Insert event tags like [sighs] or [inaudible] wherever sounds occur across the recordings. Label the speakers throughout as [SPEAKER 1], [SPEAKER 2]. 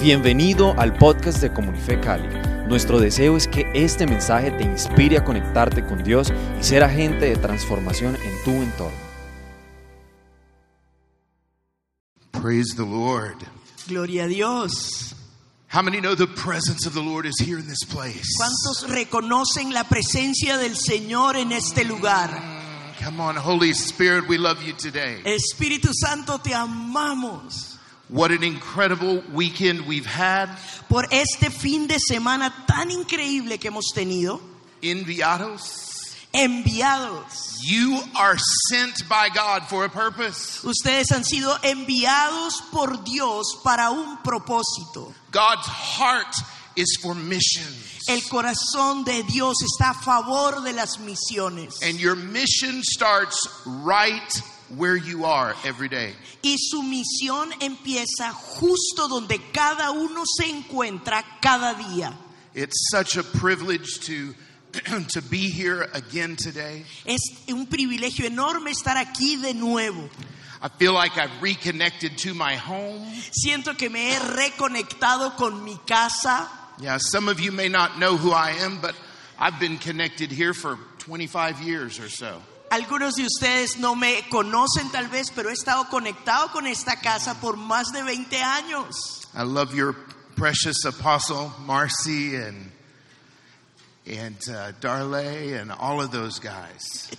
[SPEAKER 1] Bienvenido al podcast de Comunife Cali. Nuestro deseo es que este mensaje te inspire a conectarte con Dios y ser agente de transformación en tu entorno.
[SPEAKER 2] Praise the Lord.
[SPEAKER 3] Gloria a Dios.
[SPEAKER 2] How many know the presence of the Lord is here in this place?
[SPEAKER 3] ¿Cuántos reconocen la presencia del Señor en este lugar?
[SPEAKER 2] Come on, Holy Spirit, we love you today.
[SPEAKER 3] Eh. Espíritu Santo, te amamos
[SPEAKER 2] What an incredible weekend we've had.
[SPEAKER 3] por este fin de semana tan increíble que hemos tenido.
[SPEAKER 2] Enviados.
[SPEAKER 3] Enviados.
[SPEAKER 2] You are sent by God for a purpose.
[SPEAKER 3] Ustedes han sido enviados por Dios para un propósito.
[SPEAKER 2] God's heart is for missions.
[SPEAKER 3] El corazón de Dios está a favor de las misiones.
[SPEAKER 2] And your mission starts right where you are every day.
[SPEAKER 3] Y su misión empieza justo donde cada uno se encuentra cada día.
[SPEAKER 2] It's such a privilege to [clears throat] to be here again today.
[SPEAKER 3] Es un privilegio enorme estar aquí de nuevo.
[SPEAKER 2] I feel like I've reconnected to my home.
[SPEAKER 3] Siento que me he reconectado con mi casa.
[SPEAKER 2] Yeah, some of you may not know who I am, but I've been connected here for 25 years or so.
[SPEAKER 3] Algunos de ustedes no me conocen tal vez, pero he estado conectado con esta casa por más de 20 años.
[SPEAKER 2] I love your precious apostle Marcy and and uh, Darley and all of those guys.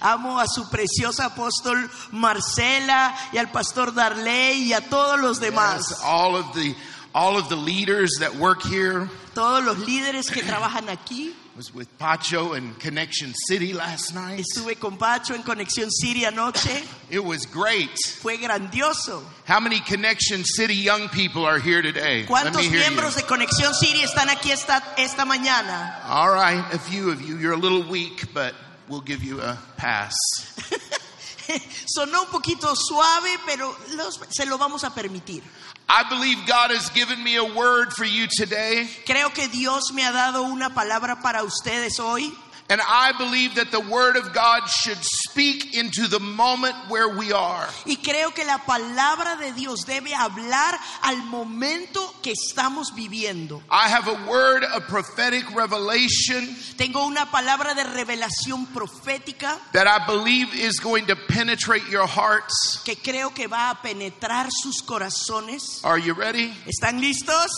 [SPEAKER 3] Amo a su preciosa apóstol Marcela y al pastor Darley y a todos los demás,
[SPEAKER 2] Yes, all of the all of the leaders that work here.
[SPEAKER 3] todos los líderes que trabajan aquí.
[SPEAKER 2] I was with Pacho in Connection City last night.
[SPEAKER 3] Estuve con Pacho en Conexión Siria anoche,
[SPEAKER 2] It was great.
[SPEAKER 3] fue grandioso.
[SPEAKER 2] How many Connection City young people are here today? Let
[SPEAKER 3] ¿Cuántos
[SPEAKER 2] me hear you.
[SPEAKER 3] miembros de Conexión Siria están aquí esta, esta mañana? [laughs]
[SPEAKER 2] All right, a few of you. You're a little weak, but we'll give you a pass.
[SPEAKER 3] Sonó un poquito suave, pero los- se lo vamos a permitir.
[SPEAKER 2] I believe God has given me a word for you today,
[SPEAKER 3] Creo que Dios me ha dado una palabra para ustedes hoy
[SPEAKER 2] and I believe that the word of God should speak into the moment where we are.
[SPEAKER 3] y creo que la palabra de Dios debe hablar al momento que estamos viviendo.
[SPEAKER 2] I have a word, a prophetic revelation
[SPEAKER 3] Tengo una palabra de revelación profética
[SPEAKER 2] that I believe is going to penetrate your hearts.
[SPEAKER 3] que creo que va a penetrar sus corazones.
[SPEAKER 2] Are you ready?
[SPEAKER 3] ¿Están listos?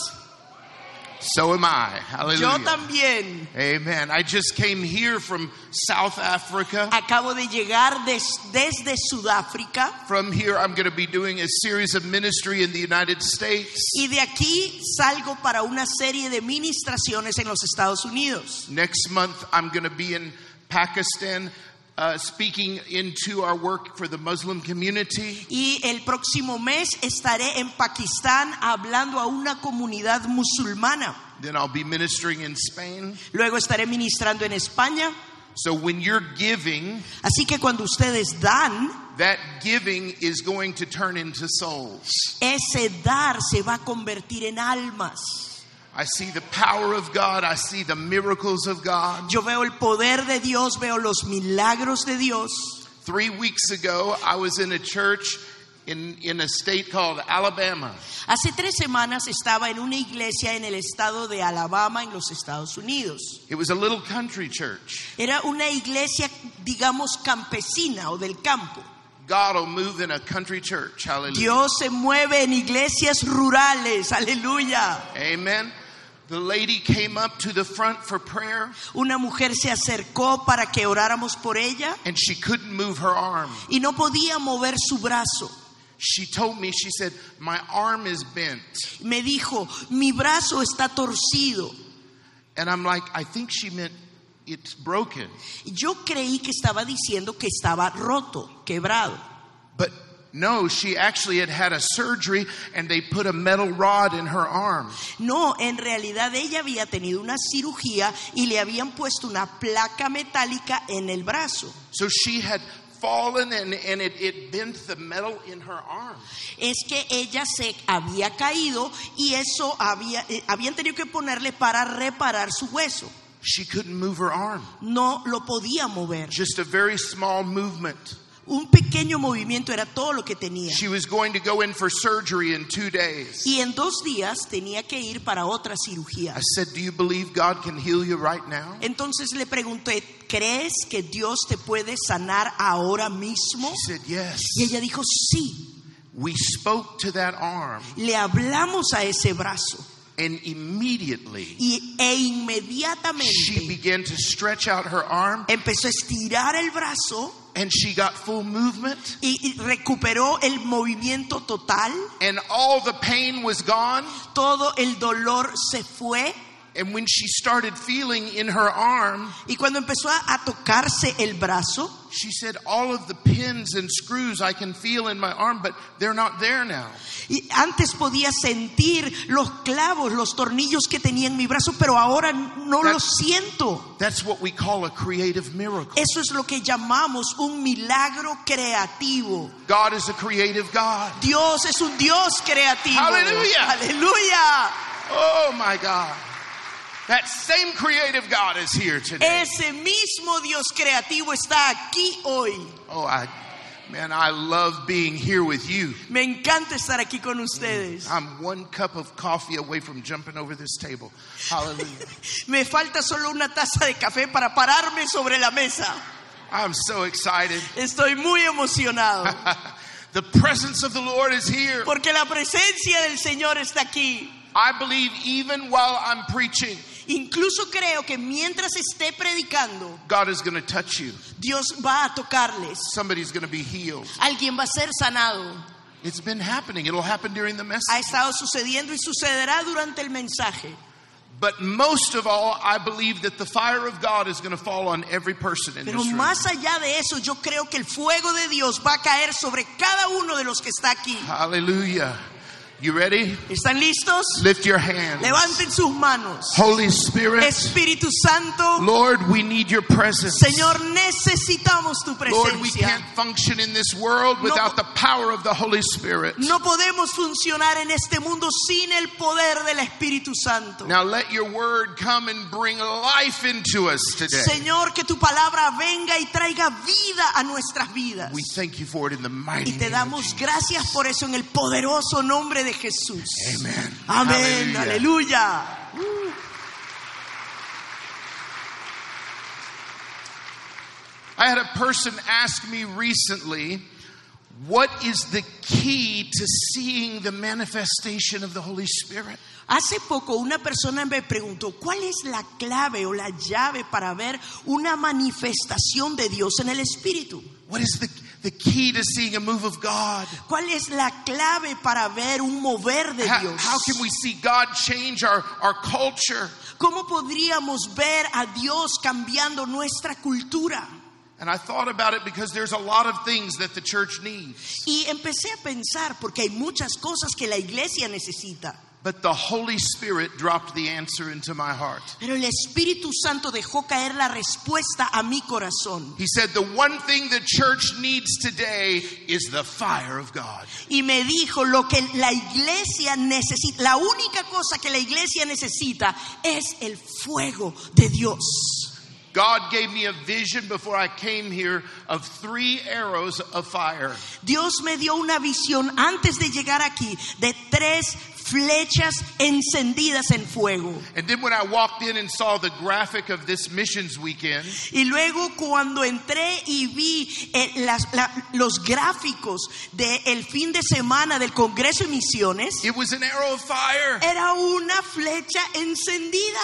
[SPEAKER 2] So am I.
[SPEAKER 3] Yo
[SPEAKER 2] Hallelujah.
[SPEAKER 3] también.
[SPEAKER 2] Amen. I just came here from South Africa.
[SPEAKER 3] Acabo de llegar des- desde Sudáfrica.
[SPEAKER 2] From here, I'm going to be doing a series of ministry in the United States.
[SPEAKER 3] Y de aquí salgo para una serie de ministraciones en los Estados Unidos.
[SPEAKER 2] Next month, I'm going to be in Pakistan uh, speaking into our work for the Muslim community.
[SPEAKER 3] Y el próximo mes estaré en Pakistán hablando a una comunidad musulmana.
[SPEAKER 2] Then I'll be ministering in Spain.
[SPEAKER 3] Luego estaré ministrando en España.
[SPEAKER 2] So when you're giving,
[SPEAKER 3] Así que cuando ustedes dan,
[SPEAKER 2] that giving is going to turn into souls.
[SPEAKER 3] ese dar se va a convertir en almas.
[SPEAKER 2] I see the power of God, I see the miracles of God.
[SPEAKER 3] Yo veo el poder de Dios, veo los milagros de Dios.
[SPEAKER 2] Three weeks ago, I was in a church in, in a state called Alabama.
[SPEAKER 3] Hace tres semanas estaba en una iglesia en el estado de Alabama, en los Estados Unidos.
[SPEAKER 2] It was a little country church.
[SPEAKER 3] Era una iglesia, digamos, campesina o del campo.
[SPEAKER 2] God will move in a country church. Hallelujah.
[SPEAKER 3] Dios se mueve en iglesias rurales, aleluya.
[SPEAKER 2] Amen. The lady came up to the front for prayer
[SPEAKER 3] Una mujer se acercó para que oráramos por ella
[SPEAKER 2] and she couldn't move her arm.
[SPEAKER 3] y no podía mover su brazo.
[SPEAKER 2] She told me, she said, My arm is bent.
[SPEAKER 3] Me dijo, mi brazo está torcido.
[SPEAKER 2] And I'm like, I think she meant it's broken.
[SPEAKER 3] Yo creí que estaba diciendo que estaba roto, quebrado.
[SPEAKER 2] But no, she actually had had a surgery and they put a metal rod in her arm.
[SPEAKER 3] No, en realidad ella había tenido una cirugía y le habían puesto una placa metálica en el brazo.
[SPEAKER 2] So she had fallen and, and it, it bent the metal in her arm.
[SPEAKER 3] es que ella se había caído y eso había, eh, habían tenido que ponerle para reparar su hueso.
[SPEAKER 2] She couldn't move her arm,
[SPEAKER 3] No lo podía mover.
[SPEAKER 2] just a very small movement.
[SPEAKER 3] Un pequeño movimiento era todo lo que tenía.
[SPEAKER 2] She was going to go in for surgery in two days.
[SPEAKER 3] Y en dos días tenía que ir para otra cirugía.
[SPEAKER 2] I said, Do you believe God can heal you right now?
[SPEAKER 3] Entonces le pregunté, ¿crees que Dios te puede sanar ahora mismo?
[SPEAKER 2] She said, Yes.
[SPEAKER 3] Y ella dijo, sí.
[SPEAKER 2] We spoke to that arm,
[SPEAKER 3] Le hablamos a ese brazo
[SPEAKER 2] and immediately
[SPEAKER 3] y, e
[SPEAKER 2] she
[SPEAKER 3] inmediatamente
[SPEAKER 2] began to stretch out her arm
[SPEAKER 3] empezó a estirar el brazo
[SPEAKER 2] and she got full movement,
[SPEAKER 3] y, y recuperó el movimiento total.
[SPEAKER 2] and all the pain was gone.
[SPEAKER 3] Todo el dolor se fue.
[SPEAKER 2] And when she started feeling in her arm,
[SPEAKER 3] Y cuando empezó a, a tocarse el brazo,
[SPEAKER 2] she said, All of the pins and screws I can feel in my arm, but they're not there now.
[SPEAKER 3] y antes podía sentir los clavos, los tornillos que tenía en mi brazo, pero ahora no
[SPEAKER 2] That-
[SPEAKER 3] los siento.
[SPEAKER 2] That's what we call a creative miracle.
[SPEAKER 3] Eso es lo que llamamos un milagro creativo.
[SPEAKER 2] God is a creative God.
[SPEAKER 3] Dios es un Dios creativo.
[SPEAKER 2] Aleluya.
[SPEAKER 3] Aleluya.
[SPEAKER 2] Oh my God. That same creative God is here today.
[SPEAKER 3] Ese mismo Dios creativo está aquí hoy.
[SPEAKER 2] Oh, I, man, I love being here with you.
[SPEAKER 3] Me encanta estar aquí con ustedes.
[SPEAKER 2] I'm one cup of coffee away from jumping over this table. Hallelujah.
[SPEAKER 3] Me falta solo una taza de café para pararme sobre la mesa.
[SPEAKER 2] I'm so excited. [laughs]
[SPEAKER 3] Estoy muy emocionado
[SPEAKER 2] the presence of the Lord is here.
[SPEAKER 3] porque la presencia del Señor está aquí.
[SPEAKER 2] I believe even while I'm preaching,
[SPEAKER 3] Incluso creo que mientras esté predicando,
[SPEAKER 2] God is going to touch you.
[SPEAKER 3] Dios va a tocarles.
[SPEAKER 2] Somebody's going to be healed.
[SPEAKER 3] Alguien va a ser sanado.
[SPEAKER 2] It's been happening. It'll happen during the
[SPEAKER 3] ha
[SPEAKER 2] message.
[SPEAKER 3] estado sucediendo y sucederá durante el mensaje.
[SPEAKER 2] But most of all, I believe that the fire of God is going to fall on every person in
[SPEAKER 3] Pero
[SPEAKER 2] this room.
[SPEAKER 3] más allá de eso, yo creo que el fuego de Dios va a caer sobre cada uno de los que está aquí.
[SPEAKER 2] Hallelujah. You ready?
[SPEAKER 3] ¿Están listos?
[SPEAKER 2] Lift your hands.
[SPEAKER 3] Levanten sus manos.
[SPEAKER 2] Holy Spirit,
[SPEAKER 3] Espíritu Santo,
[SPEAKER 2] Lord, we need your presence.
[SPEAKER 3] Señor, necesitamos tu
[SPEAKER 2] Lord, we can't
[SPEAKER 3] presencia.
[SPEAKER 2] function in this world without the power of the Holy Spirit.
[SPEAKER 3] No podemos funcionar en este mundo sin el poder del Espíritu Santo.
[SPEAKER 2] Now let your word come and bring life into us today.
[SPEAKER 3] Señor, que tu palabra venga y traiga vida a nuestras vidas.
[SPEAKER 2] We thank you for it in the mighty
[SPEAKER 3] Y te
[SPEAKER 2] name of
[SPEAKER 3] damos
[SPEAKER 2] Jesus.
[SPEAKER 3] gracias por eso en el poderoso nombre de Jesús.
[SPEAKER 2] Amen.
[SPEAKER 3] Amén,
[SPEAKER 2] Hallelujah.
[SPEAKER 3] aleluya.
[SPEAKER 2] I had a person ask me recently, what is the key to seeing the manifestation of the Holy Spirit?
[SPEAKER 3] Hace poco una persona me preguntó, ¿cuál es la clave o la llave para ver una manifestación de Dios en el Espíritu?
[SPEAKER 2] What is the, the key to seeing a move of God?
[SPEAKER 3] ¿Cuál es la clave para ver un mover de
[SPEAKER 2] How,
[SPEAKER 3] Dios?
[SPEAKER 2] how can we see God change our, our culture?
[SPEAKER 3] ¿Cómo podríamos ver a Dios cambiando nuestra cultura?
[SPEAKER 2] And I thought about it because there's a lot of things that the church needs.
[SPEAKER 3] Y empecé a pensar, porque hay muchas cosas que la iglesia necesita.
[SPEAKER 2] But the Holy Spirit dropped the answer into my heart.
[SPEAKER 3] Pero el Espíritu Santo dejó caer la respuesta a mi corazón.
[SPEAKER 2] He said, The one thing the church needs today is the fire of God.
[SPEAKER 3] Y me dijo lo que la iglesia necesita, la única cosa que la iglesia necesita es el fuego de Dios.
[SPEAKER 2] God gave me a vision before I came here of three arrows of fire.
[SPEAKER 3] Dios me dio una visión antes de llegar aquí de tres flechas encendidas en fuego.
[SPEAKER 2] And then when I walked in and saw the graphic of this missions weekend,
[SPEAKER 3] Y luego cuando entré y vi eh, las- la- los gráficos del fin de semana del Congreso de Misiones,
[SPEAKER 2] it was an arrow of fire.
[SPEAKER 3] era una flecha encendida.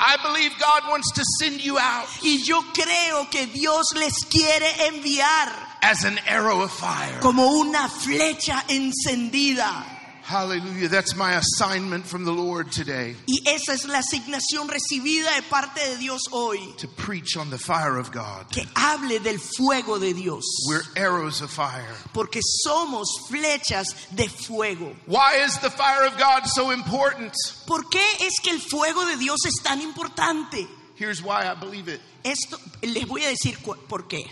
[SPEAKER 2] I believe God wants to send you out
[SPEAKER 3] Y yo creo que Dios les quiere enviar
[SPEAKER 2] as an arrow of fire.
[SPEAKER 3] como una flecha encendida.
[SPEAKER 2] Hallelujah. That's my assignment from the Lord today
[SPEAKER 3] Y esa es la asignación recibida de parte de Dios hoy,
[SPEAKER 2] to preach on the fire of God.
[SPEAKER 3] que hable del fuego de Dios,
[SPEAKER 2] We're arrows of fire.
[SPEAKER 3] porque somos flechas de fuego.
[SPEAKER 2] Why is the fire of God so important?
[SPEAKER 3] ¿Por qué es que el fuego de Dios es tan importante?
[SPEAKER 2] Here's why I believe it.
[SPEAKER 3] Esto les voy a decir cu- por qué.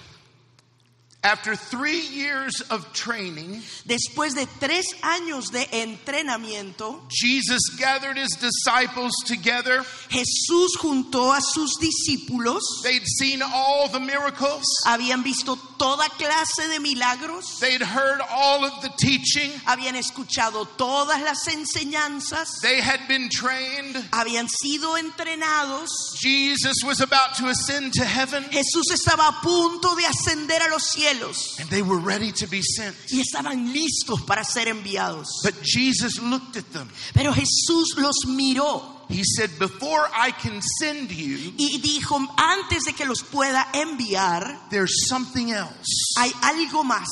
[SPEAKER 2] After three years of training,
[SPEAKER 3] Después de tres años de entrenamiento,
[SPEAKER 2] Jesus gathered his disciples together.
[SPEAKER 3] Jesús juntó a sus discípulos
[SPEAKER 2] They'd seen all the miracles,
[SPEAKER 3] habían visto toda clase de milagros,
[SPEAKER 2] They'd heard all of the teaching,
[SPEAKER 3] habían escuchado todas las enseñanzas,
[SPEAKER 2] they had been trained.
[SPEAKER 3] habían sido entrenados.
[SPEAKER 2] Jesus was about to ascend to heaven,
[SPEAKER 3] Jesús estaba a punto de ascender a los cielos
[SPEAKER 2] and they were ready to be sent.
[SPEAKER 3] y estaban listos para ser enviados.
[SPEAKER 2] But Jesus looked at them.
[SPEAKER 3] Pero Jesús los miró
[SPEAKER 2] He said, Before I can send you,
[SPEAKER 3] y dijo, antes de que los pueda enviar,
[SPEAKER 2] there's something else.
[SPEAKER 3] hay algo más.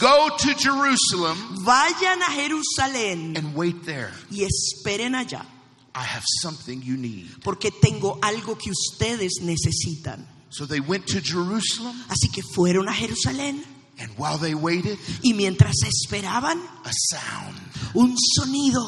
[SPEAKER 2] Go to Jerusalem
[SPEAKER 3] Vayan a Jerusalén
[SPEAKER 2] and wait there.
[SPEAKER 3] y esperen allá,
[SPEAKER 2] I have something you need.
[SPEAKER 3] porque tengo algo que ustedes necesitan.
[SPEAKER 2] So they went to Jerusalem,
[SPEAKER 3] Así que fueron a Jerusalén
[SPEAKER 2] and while they waited,
[SPEAKER 3] y mientras esperaban,
[SPEAKER 2] a sound
[SPEAKER 3] un sonido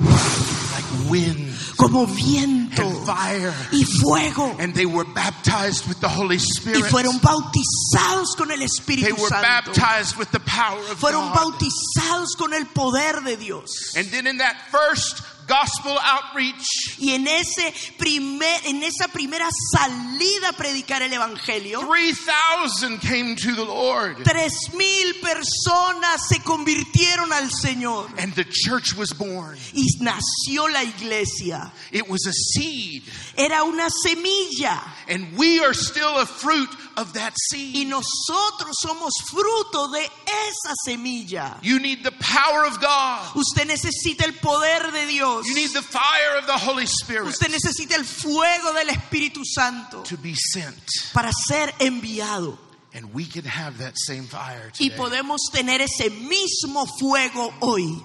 [SPEAKER 2] like wind
[SPEAKER 3] como viento
[SPEAKER 2] and fire.
[SPEAKER 3] y fuego
[SPEAKER 2] And they were baptized with the Holy
[SPEAKER 3] y
[SPEAKER 2] Spirit.
[SPEAKER 3] fueron bautizados con el
[SPEAKER 2] They
[SPEAKER 3] Espíritu
[SPEAKER 2] were
[SPEAKER 3] Santo.
[SPEAKER 2] baptized with the power of
[SPEAKER 3] Fueron
[SPEAKER 2] God.
[SPEAKER 3] bautizados con el poder de Dios.
[SPEAKER 2] And then in that first gospel outreach,
[SPEAKER 3] Y en, ese primer, en esa primera salida a predicar el Evangelio,
[SPEAKER 2] 3,000 came to the Lord.
[SPEAKER 3] tres mil personas se convirtieron al Señor.
[SPEAKER 2] And the church was born.
[SPEAKER 3] Y nació la iglesia.
[SPEAKER 2] It was a seed.
[SPEAKER 3] Era una semilla.
[SPEAKER 2] And we are still a fruit of that seed.
[SPEAKER 3] Y nosotros somos fruto de esa semilla.
[SPEAKER 2] You need the power of God.
[SPEAKER 3] Usted necesita el poder de Dios.
[SPEAKER 2] You need the fire of the Holy Spirit
[SPEAKER 3] Usted necesita el fuego del Espíritu Santo
[SPEAKER 2] to be sent.
[SPEAKER 3] para ser enviado.
[SPEAKER 2] And we can have that same fire
[SPEAKER 3] Y
[SPEAKER 2] today.
[SPEAKER 3] podemos tener ese mismo fuego hoy.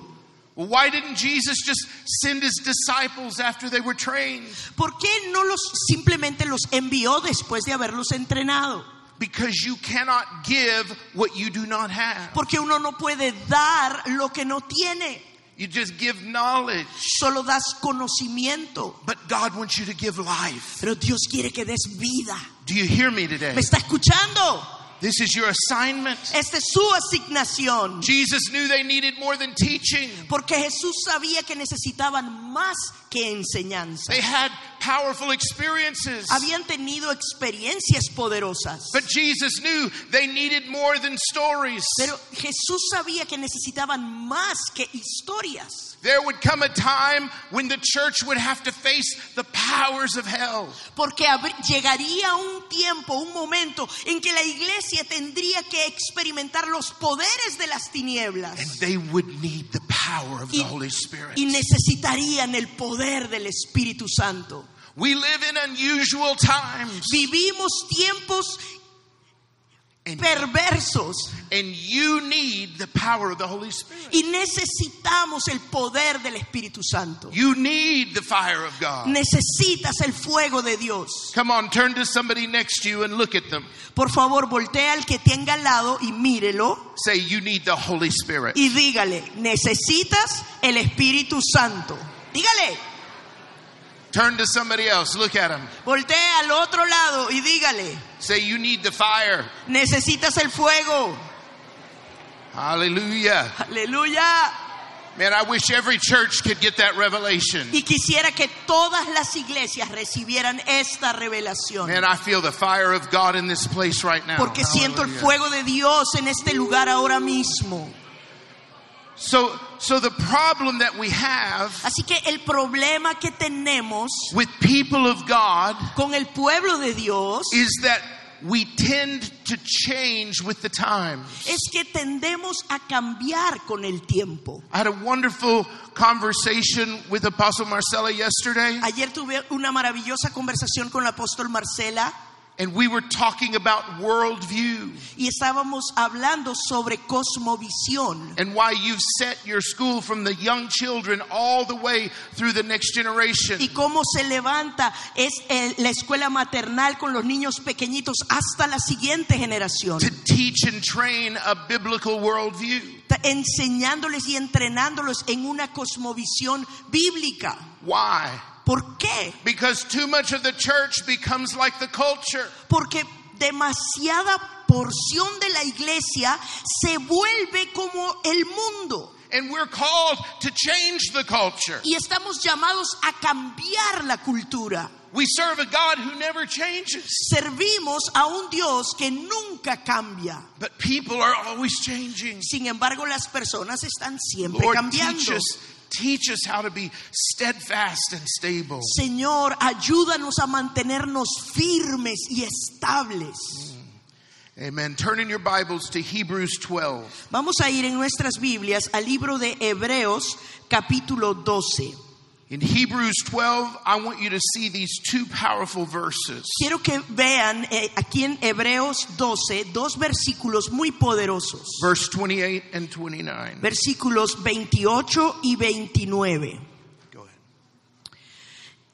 [SPEAKER 2] Well, why didn't Jesus just send his disciples after they were trained?
[SPEAKER 3] ¿Por qué no los simplemente los envió después de haberlos entrenado?
[SPEAKER 2] Because you cannot give what you do not have.
[SPEAKER 3] Porque uno no puede dar lo que no tiene.
[SPEAKER 2] You just give knowledge.
[SPEAKER 3] Solo das conocimiento.
[SPEAKER 2] But God wants you to give life.
[SPEAKER 3] Pero Dios quiere que des vida.
[SPEAKER 2] Do you hear me today?
[SPEAKER 3] ¿Me está escuchando?
[SPEAKER 2] This is your assignment.
[SPEAKER 3] Esta es su asignación.
[SPEAKER 2] Jesus knew they needed more than teaching.
[SPEAKER 3] Porque Jesús sabía que necesitaban más que enseñanza.
[SPEAKER 2] They had powerful experiences.
[SPEAKER 3] Habían tenido experiencias poderosas.
[SPEAKER 2] But Jesus knew they needed more than stories.
[SPEAKER 3] Pero Jesús sabía que necesitaban más que historias.
[SPEAKER 2] There would come a time when the church would have to face the powers of hell.
[SPEAKER 3] Porque habr- llegaría un tiempo, un momento en que la iglesia tendría que experimentar los poderes de las
[SPEAKER 2] And
[SPEAKER 3] tinieblas.
[SPEAKER 2] they would need the power of the
[SPEAKER 3] Y-
[SPEAKER 2] Holy Spirit.
[SPEAKER 3] Y necesitarían el poder del Espíritu Santo.
[SPEAKER 2] We live in unusual times.
[SPEAKER 3] Vivimos tiempos
[SPEAKER 2] And,
[SPEAKER 3] perversos
[SPEAKER 2] and you need the power of the Holy Spirit.
[SPEAKER 3] y necesitamos el poder del Espíritu Santo.
[SPEAKER 2] You need the fire of God.
[SPEAKER 3] Necesitas el fuego de Dios.
[SPEAKER 2] Come on, turn to somebody next to you and look at them.
[SPEAKER 3] Por favor, voltea al que tenga al lado y mírelo.
[SPEAKER 2] Say, You need the Holy Spirit.
[SPEAKER 3] y dígale, necesitas el Espíritu Santo. Dígale,
[SPEAKER 2] Turn to somebody else, look at them.
[SPEAKER 3] voltea al otro lado y dígale,
[SPEAKER 2] Say, You need the fire.
[SPEAKER 3] necesitas el fuego.
[SPEAKER 2] Hallelujah.
[SPEAKER 3] Aleluya.
[SPEAKER 2] Man, I wish every church could get that revelation.
[SPEAKER 3] Y quisiera que todas las iglesias recibieran esta revelación.
[SPEAKER 2] Man, I feel the fire of God in this place right now.
[SPEAKER 3] Porque siento el fuego de Dios en este lugar ahora mismo.
[SPEAKER 2] So, so the problem that we have
[SPEAKER 3] Así que el problema que tenemos
[SPEAKER 2] with people of God
[SPEAKER 3] con el pueblo de Dios
[SPEAKER 2] is that we tend to change with the time.
[SPEAKER 3] es que tendemos a cambiar con el tiempo.
[SPEAKER 2] I had a wonderful conversation with Apostle Marcella yesterday,
[SPEAKER 3] Ayer tuve una maravillosa conversación con el apóstol Marcela
[SPEAKER 2] and we were talking about worldview
[SPEAKER 3] y estábamos hablando sobre cosmovisión
[SPEAKER 2] and why you've set your school from the young children all the way through the next generation.
[SPEAKER 3] y cómo se levanta es el- la escuela maternal con los niños pequeñitos hasta la siguiente generación,
[SPEAKER 2] To teach and train a biblical worldview.
[SPEAKER 3] Ta- enseñándoles y entrenándolos en una cosmovisión bíblica.
[SPEAKER 2] Why?
[SPEAKER 3] ¿Por qué?
[SPEAKER 2] Because too much of the church becomes like the culture.
[SPEAKER 3] Porque demasiada porción de la iglesia se vuelve como el mundo.
[SPEAKER 2] And we're called to change the culture.
[SPEAKER 3] y estamos llamados a cambiar la cultura.
[SPEAKER 2] We serve a God who never changes,
[SPEAKER 3] Servimos a un Dios que nunca cambia.
[SPEAKER 2] but people are always changing.
[SPEAKER 3] Sin embargo, las personas están siempre
[SPEAKER 2] Lord, teach
[SPEAKER 3] cambiando.
[SPEAKER 2] us, teach us how to be steadfast and stable.
[SPEAKER 3] Señor, ayúdanos a mantenernos firmes y estables.
[SPEAKER 2] Amen. Turn in your Bibles to Hebrews 12.
[SPEAKER 3] Vamos a ir en nuestras Biblias al libro de Hebreos capítulo 12.
[SPEAKER 2] In Hebrews 12, I want you to see these two powerful verses.
[SPEAKER 3] Quiero que vean eh, aquí en Hebreos 12 dos versículos muy poderosos.
[SPEAKER 2] Verse 28 and 29.
[SPEAKER 3] Versículos 28 y 29.
[SPEAKER 2] Go ahead.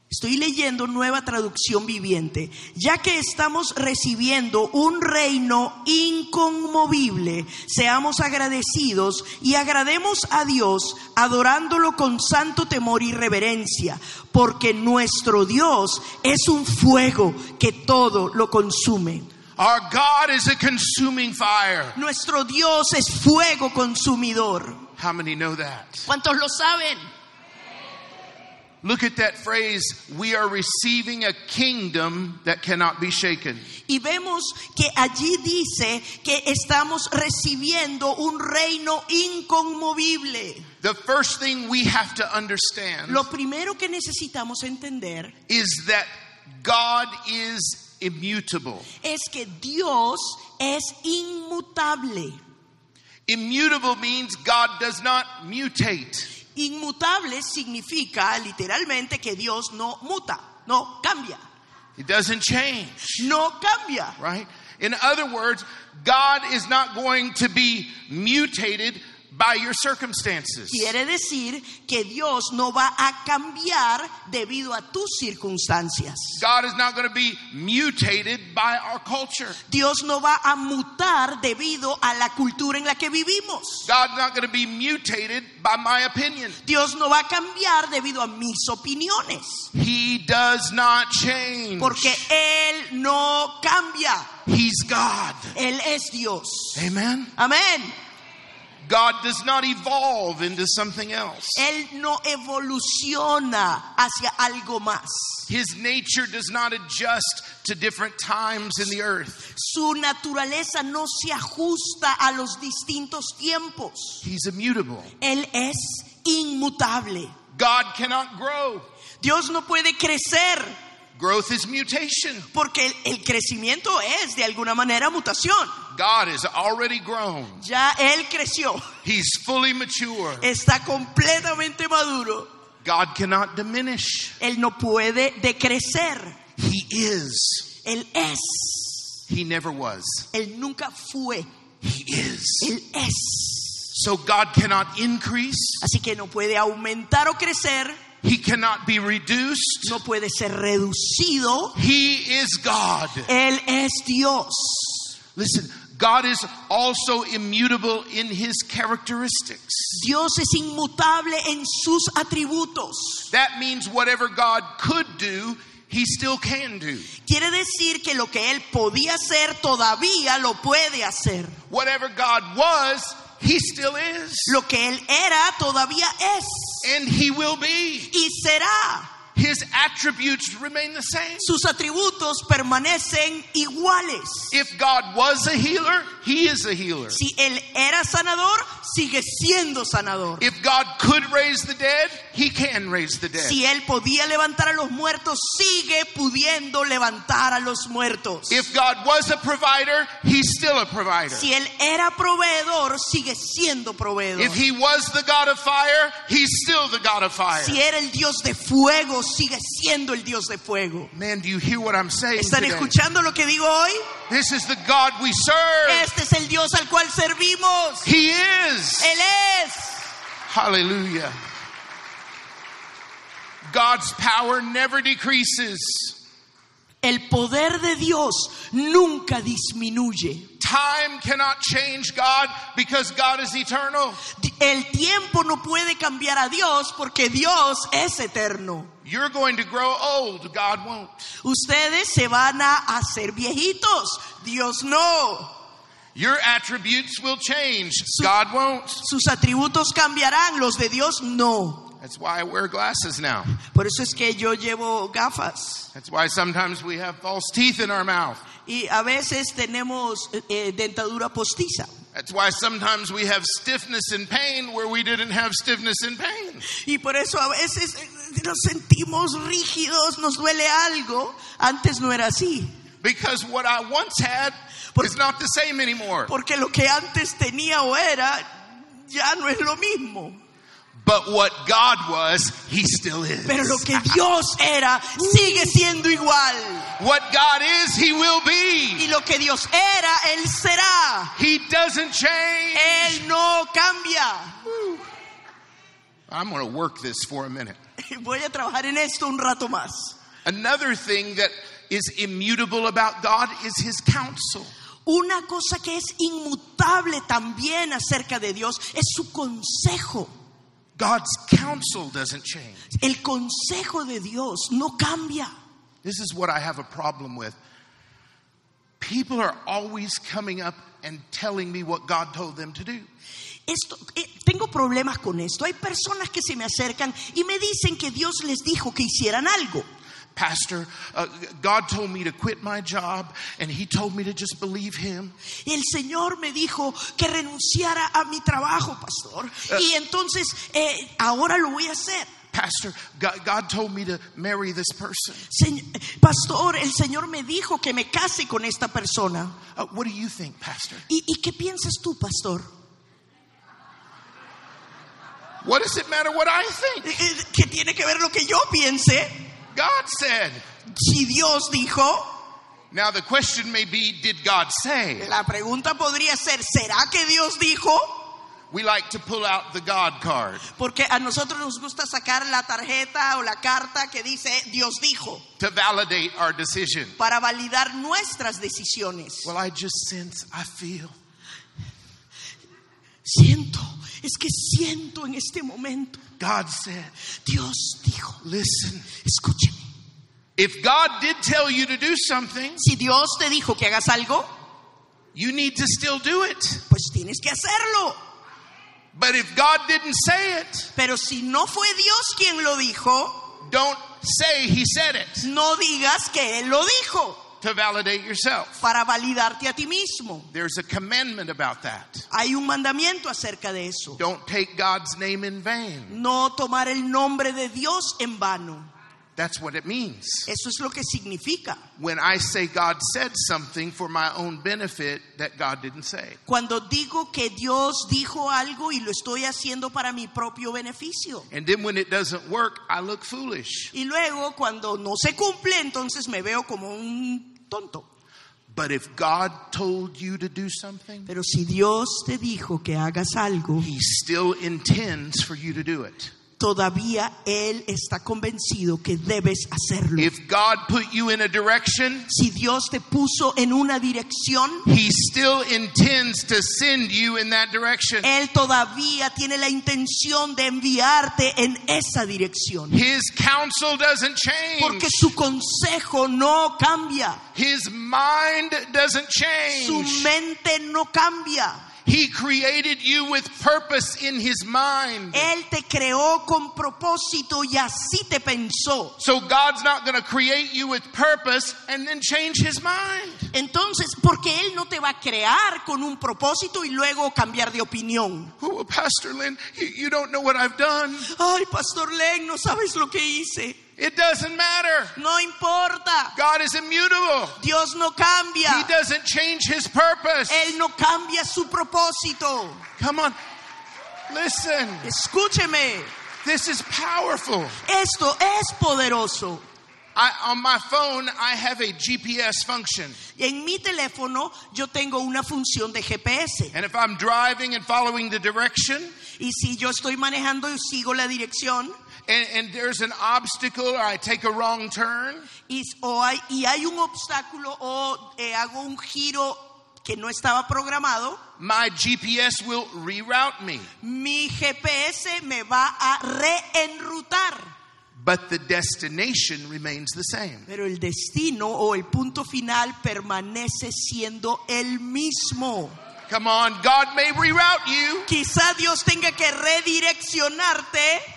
[SPEAKER 3] Estoy leyendo nueva traducción viviente, ya que estamos recibiendo un reino inconmovible, seamos agradecidos y agrademos a Dios adorándolo con santo temor y reverencia, porque nuestro Dios es un fuego que todo lo consume.
[SPEAKER 2] Our God is a consuming fire.
[SPEAKER 3] Nuestro Dios es fuego consumidor.
[SPEAKER 2] How many know that?
[SPEAKER 3] ¿Cuántos lo saben?
[SPEAKER 2] Look at that phrase, we are receiving a kingdom that cannot be shaken.
[SPEAKER 3] Y vemos que allí dice que estamos recibiendo un reino inconmovible.
[SPEAKER 2] The first thing we have to understand
[SPEAKER 3] Lo primero que necesitamos entender
[SPEAKER 2] is that God is immutable.
[SPEAKER 3] es que Dios es inmutable.
[SPEAKER 2] Immutable means God does not mutate.
[SPEAKER 3] Inmutable significa literalmente que Dios no muta, no cambia,
[SPEAKER 2] He doesn't change,
[SPEAKER 3] no cambia.
[SPEAKER 2] right? In other words, God is not going to be mutated by your circumstances.
[SPEAKER 3] Quiere decir que Dios no va a cambiar debido a tus circunstancias.
[SPEAKER 2] God is not going to be mutated by our culture.
[SPEAKER 3] Dios no va a mutar debido a la cultura en la que vivimos.
[SPEAKER 2] God's not going to be mutated by my opinion.
[SPEAKER 3] Dios no va a cambiar debido a mis opiniones,
[SPEAKER 2] He does not change.
[SPEAKER 3] porque Él no cambia,
[SPEAKER 2] He's God.
[SPEAKER 3] Él es Dios.
[SPEAKER 2] Amen.
[SPEAKER 3] Amén.
[SPEAKER 2] God does not evolve into something else.
[SPEAKER 3] Él no evoluciona hacia algo más.
[SPEAKER 2] His nature does not adjust to different times in the earth.
[SPEAKER 3] Su naturaleza no se ajusta a los distintos tiempos.
[SPEAKER 2] He's immutable.
[SPEAKER 3] Él es inmutable.
[SPEAKER 2] God cannot grow.
[SPEAKER 3] Dios no puede crecer
[SPEAKER 2] Growth is mutation.
[SPEAKER 3] porque el, el crecimiento es de alguna manera mutación.
[SPEAKER 2] God is already grown.
[SPEAKER 3] Ya Él creció,
[SPEAKER 2] He's fully mature.
[SPEAKER 3] está completamente maduro.
[SPEAKER 2] God cannot diminish.
[SPEAKER 3] Él no puede decrecer.
[SPEAKER 2] He is.
[SPEAKER 3] Él es.
[SPEAKER 2] He never was.
[SPEAKER 3] Él nunca fue.
[SPEAKER 2] He is.
[SPEAKER 3] Él es.
[SPEAKER 2] So God cannot increase.
[SPEAKER 3] Así que no puede aumentar o crecer.
[SPEAKER 2] He cannot be reduced.
[SPEAKER 3] no puede ser reducido.
[SPEAKER 2] He is God.
[SPEAKER 3] Él es Dios.
[SPEAKER 2] Listen, God is also immutable in his characteristics.
[SPEAKER 3] Dios es inmutable en sus atributos.
[SPEAKER 2] That means whatever God could do, he still can do.
[SPEAKER 3] Quiere decir que lo que él podía hacer todavía lo puede hacer.
[SPEAKER 2] Whatever God was, he still is.
[SPEAKER 3] Lo que él era todavía es
[SPEAKER 2] And he will be.
[SPEAKER 3] y será.
[SPEAKER 2] His attributes remain the same.
[SPEAKER 3] Sus atributos permanecen iguales.
[SPEAKER 2] If God was a healer, he is a healer.
[SPEAKER 3] Si él era sanador, sigue siendo sanador.
[SPEAKER 2] If God could raise the dead, he can raise the dead.
[SPEAKER 3] Si él podía levantar a los muertos, sigue pudiendo levantar a los muertos.
[SPEAKER 2] If God was a provider, he's still a provider.
[SPEAKER 3] Si él era proveedor, sigue siendo proveedor.
[SPEAKER 2] If he was the God of fire, he's still the God of fire.
[SPEAKER 3] Si era el Dios de fuego, sigue siendo el Dios de fuego.
[SPEAKER 2] Man, do you hear what I'm saying?
[SPEAKER 3] ¿Están
[SPEAKER 2] today?
[SPEAKER 3] escuchando lo que digo hoy?
[SPEAKER 2] This is the God we serve.
[SPEAKER 3] Este es el Dios al cual servimos.
[SPEAKER 2] He is.
[SPEAKER 3] Él es.
[SPEAKER 2] Hallelujah. God's power never decreases.
[SPEAKER 3] El poder de Dios nunca disminuye.
[SPEAKER 2] Time cannot change God because God is eternal.
[SPEAKER 3] El tiempo no puede cambiar a Dios porque Dios es eterno.
[SPEAKER 2] You're going to grow old, God won't.
[SPEAKER 3] Ustedes se van a hacer viejitos, Dios no.
[SPEAKER 2] Your attributes will change. God won't.
[SPEAKER 3] Sus atributos cambiarán, los de Dios no.
[SPEAKER 2] That's why I wear glasses now.
[SPEAKER 3] Por eso es que yo llevo gafas
[SPEAKER 2] That's why sometimes we have false teeth in our mouth.
[SPEAKER 3] y a veces tenemos eh, dentadura postiza.
[SPEAKER 2] That's why sometimes we have stiffness and pain where we didn't have stiffness and pain.
[SPEAKER 3] Y por eso a veces eh, nos sentimos rígidos, nos duele algo. Antes no era así,
[SPEAKER 2] Because what I once had
[SPEAKER 3] Por-
[SPEAKER 2] is not the same anymore.
[SPEAKER 3] porque lo que antes tenía o era ya no es lo mismo.
[SPEAKER 2] But what God was, He still is.
[SPEAKER 3] Pero lo que Dios era sigue siendo igual.
[SPEAKER 2] What God is, He will be.
[SPEAKER 3] Y lo que Dios era, Él será.
[SPEAKER 2] He doesn't change.
[SPEAKER 3] Él no cambia. [laughs]
[SPEAKER 2] I'm going to work this for a minute.
[SPEAKER 3] Voy a trabajar en esto un rato más.
[SPEAKER 2] Another thing that is immutable about God is His counsel.
[SPEAKER 3] Una cosa que es inmutable también acerca de Dios es su consejo.
[SPEAKER 2] God's counsel doesn't change.
[SPEAKER 3] El consejo de Dios no cambia.
[SPEAKER 2] This is what I have a problem with. People are always coming up and telling me what God told them to do.
[SPEAKER 3] Esto, eh, tengo problemas con esto. Hay personas que se me acercan y me dicen que Dios les dijo que hicieran algo.
[SPEAKER 2] Pastor, uh, God told me to quit my job, and He told me to just believe Him.
[SPEAKER 3] El Señor me dijo que renunciara a mi trabajo, pastor. Y entonces eh, ahora lo voy a hacer.
[SPEAKER 2] Pastor, God, God told me to marry this person.
[SPEAKER 3] Señ- pastor, el Señor me dijo que me case con esta persona.
[SPEAKER 2] Uh, what do you think, Pastor?
[SPEAKER 3] ¿Y, y qué piensas tú, pastor?
[SPEAKER 2] What does it matter what I think?
[SPEAKER 3] Eh, eh, ¿Qué tiene que ver lo que yo piense?
[SPEAKER 2] God said.
[SPEAKER 3] Si Dios dijo,
[SPEAKER 2] Now, the question may be did God say?
[SPEAKER 3] la pregunta podría ser, ¿será que Dios dijo?
[SPEAKER 2] We like to pull out the God card
[SPEAKER 3] Porque a nosotros nos gusta sacar la tarjeta o la carta que dice Dios dijo
[SPEAKER 2] to validate our decision.
[SPEAKER 3] para validar nuestras decisiones.
[SPEAKER 2] Well, I just sense, I feel.
[SPEAKER 3] Siento, es que siento en este momento.
[SPEAKER 2] God said,
[SPEAKER 3] Dios dijo,
[SPEAKER 2] listen.
[SPEAKER 3] escúchame.
[SPEAKER 2] If God did tell you to do something,
[SPEAKER 3] Si Dios te dijo que hagas algo,
[SPEAKER 2] you need to still do it.
[SPEAKER 3] pues tienes que hacerlo.
[SPEAKER 2] But if God didn't say it,
[SPEAKER 3] Pero si no fue Dios quien lo dijo,
[SPEAKER 2] don't say He said it
[SPEAKER 3] no digas que Él lo dijo
[SPEAKER 2] to validate yourself.
[SPEAKER 3] para validarte a ti mismo.
[SPEAKER 2] There's a commandment about that.
[SPEAKER 3] Hay un mandamiento acerca de eso.
[SPEAKER 2] Don't take God's name in vain.
[SPEAKER 3] No tomar el nombre de Dios en vano.
[SPEAKER 2] That's what it means.
[SPEAKER 3] Eso es lo que significa.
[SPEAKER 2] When I say God said something for my own benefit that God didn't say.
[SPEAKER 3] Cuando digo que Dios dijo algo y lo estoy haciendo para mi propio beneficio.
[SPEAKER 2] And then when it doesn't work, I look foolish.
[SPEAKER 3] Y luego cuando no se cumple, entonces me veo como un tonto.
[SPEAKER 2] But if God told you to do something,
[SPEAKER 3] Pero si Dios te dijo que hagas algo,
[SPEAKER 2] He still intends for you to do it.
[SPEAKER 3] todavía Él está convencido que debes hacerlo.
[SPEAKER 2] If God put you in a direction,
[SPEAKER 3] Si Dios te puso en una dirección,
[SPEAKER 2] He still intends to send you in that direction.
[SPEAKER 3] Él todavía tiene la intención de enviarte en esa dirección.
[SPEAKER 2] His counsel doesn't change.
[SPEAKER 3] Porque su consejo no cambia.
[SPEAKER 2] His mind doesn't
[SPEAKER 3] Su
[SPEAKER 2] change.
[SPEAKER 3] mente no cambia.
[SPEAKER 2] He created you with purpose in his mind.
[SPEAKER 3] Él te creó con propósito y así te pensó.
[SPEAKER 2] So God's not going to create you with purpose and then change his mind.
[SPEAKER 3] Entonces, porque Él no te va a crear con un propósito y luego cambiar de opinión.
[SPEAKER 2] Oh, well, Pastor Lynn, you, you don't know what I've done.
[SPEAKER 3] Ay, Pastor Len, no sabes lo que hice.
[SPEAKER 2] It doesn't matter.
[SPEAKER 3] No importa.
[SPEAKER 2] God is immutable.
[SPEAKER 3] Dios no
[SPEAKER 2] He
[SPEAKER 3] cambia.
[SPEAKER 2] doesn't change his purpose.
[SPEAKER 3] Él no cambia su propósito.
[SPEAKER 2] Come on. Listen,
[SPEAKER 3] Escúcheme.
[SPEAKER 2] this is powerful.
[SPEAKER 3] Esto es poderoso.
[SPEAKER 2] I, on my phone, I have a GPS function.
[SPEAKER 3] En mi teléfono yo tengo una función de GPS.
[SPEAKER 2] And if I'm driving and following the direction,
[SPEAKER 3] Y si yo estoy manejando y sigo la dirección
[SPEAKER 2] and, and there's an obstacle or I take a wrong turn,
[SPEAKER 3] y, o hay, y hay un obstáculo o eh, hago un giro que no estaba programado,
[SPEAKER 2] my GPS will reroute me.
[SPEAKER 3] mi GPS me va a reenrutar.
[SPEAKER 2] but the destination remains the same.
[SPEAKER 3] Pero el destino o el punto final permanece siendo el mismo.
[SPEAKER 2] Come on, God may reroute you.
[SPEAKER 3] Quizá Dios tenga que redireccionarte.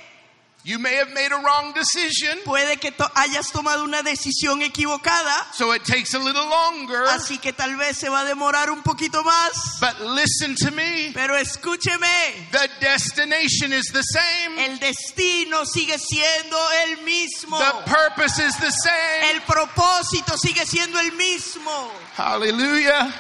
[SPEAKER 2] You may have made a wrong decision,
[SPEAKER 3] Puede que to- hayas tomado una decisión equivocada.
[SPEAKER 2] so it takes a little longer.
[SPEAKER 3] Así que tal vez se va a demorar un poquito más.
[SPEAKER 2] But listen to me.
[SPEAKER 3] Pero escúcheme.
[SPEAKER 2] The destination is the same.
[SPEAKER 3] El destino sigue siendo el mismo.
[SPEAKER 2] The purpose is the same.
[SPEAKER 3] El propósito sigue siendo el mismo.
[SPEAKER 2] Hallelujah.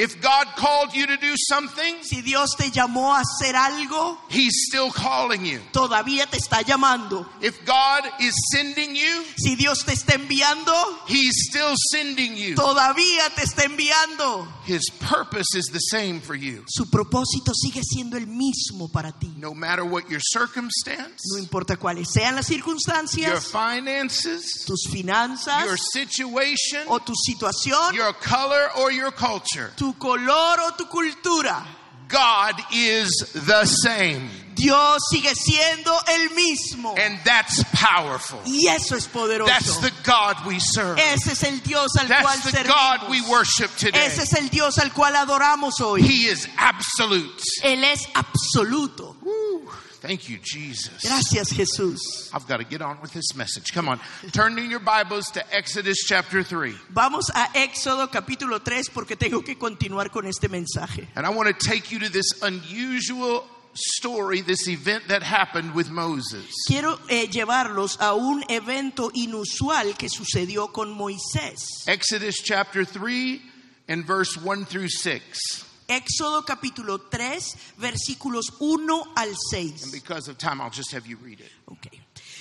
[SPEAKER 2] If God called you to do something,
[SPEAKER 3] Si Dios te llamó a hacer algo,
[SPEAKER 2] He's still calling you.
[SPEAKER 3] todavía te está llamando.
[SPEAKER 2] If God is sending you,
[SPEAKER 3] Si Dios te está enviando,
[SPEAKER 2] He's still sending you.
[SPEAKER 3] todavía te está enviando.
[SPEAKER 2] His purpose is the same for you.
[SPEAKER 3] Su propósito sigue siendo el mismo para ti.
[SPEAKER 2] No matter what your
[SPEAKER 3] No
[SPEAKER 2] circumstance,
[SPEAKER 3] importa cuáles sean las
[SPEAKER 2] your
[SPEAKER 3] circunstancias,
[SPEAKER 2] finances,
[SPEAKER 3] tus
[SPEAKER 2] your
[SPEAKER 3] finanzas
[SPEAKER 2] situation,
[SPEAKER 3] o tu situación,
[SPEAKER 2] your color, or your culture,
[SPEAKER 3] tu color o tu cultura,
[SPEAKER 2] God is the same.
[SPEAKER 3] Dios sigue siendo el mismo.
[SPEAKER 2] And that's powerful.
[SPEAKER 3] Y eso es
[SPEAKER 2] That's
[SPEAKER 3] poderoso.
[SPEAKER 2] the God we serve.
[SPEAKER 3] Ese es el Dios al cual
[SPEAKER 2] That's the God we
[SPEAKER 3] servimos.
[SPEAKER 2] worship today.
[SPEAKER 3] Ese es el Dios al cual adoramos hoy.
[SPEAKER 2] He is absolute.
[SPEAKER 3] Él es absoluto.
[SPEAKER 2] Woo. Thank you, Jesus.
[SPEAKER 3] Gracias Jesús.
[SPEAKER 2] I've got to get on with this message. Come on. Turn in your Bibles to Exodus chapter 3.
[SPEAKER 3] Vamos a Éxodo capítulo 3 porque tengo que continuar con este mensaje.
[SPEAKER 2] And I want to take you to this unusual story, this event that happened with Moses.
[SPEAKER 3] Quiero eh, llevarlos a un evento inusual que sucedió con Moisés.
[SPEAKER 2] Exodus chapter 3 and verse 1 through 6.
[SPEAKER 3] Éxodo capítulo 3 versículos 1 al 6.
[SPEAKER 2] And because of time, I'll just have you read it.
[SPEAKER 3] Ok.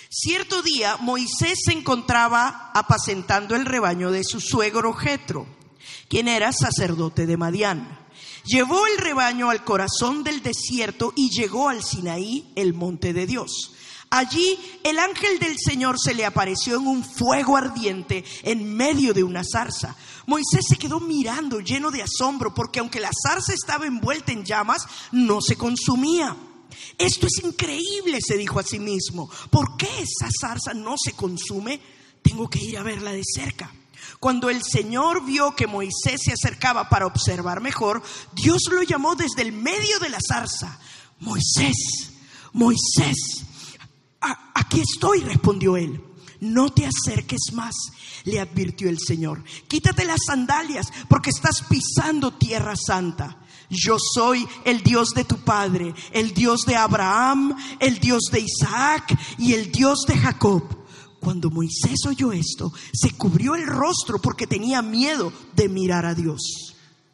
[SPEAKER 3] Cierto día Moisés se encontraba apacentando el rebaño de su suegro Jetro, quien era sacerdote de Madián. Llevó el rebaño al corazón del desierto y llegó al Sinaí, el monte de Dios. Allí el ángel del Señor se le apareció en un fuego ardiente en medio de una zarza. Moisés se quedó mirando lleno de asombro porque aunque la zarza estaba envuelta en llamas, no se consumía. Esto es increíble, se dijo a sí mismo. ¿Por qué esa zarza no se consume? Tengo que ir a verla de cerca. Cuando el Señor vio que Moisés se acercaba para observar mejor, Dios lo llamó desde el medio de la zarza. Moisés, Moisés, "A- aquí estoy, respondió él. No te acerques más, le advirtió el Señor. Quítate las sandalias porque estás pisando tierra santa. Yo soy el Dios de tu padre, el Dios de Abraham, el Dios de Isaac y el Dios de Jacob. Cuando Moisés oyó esto, se cubrió el rostro porque tenía miedo de mirar a Dios.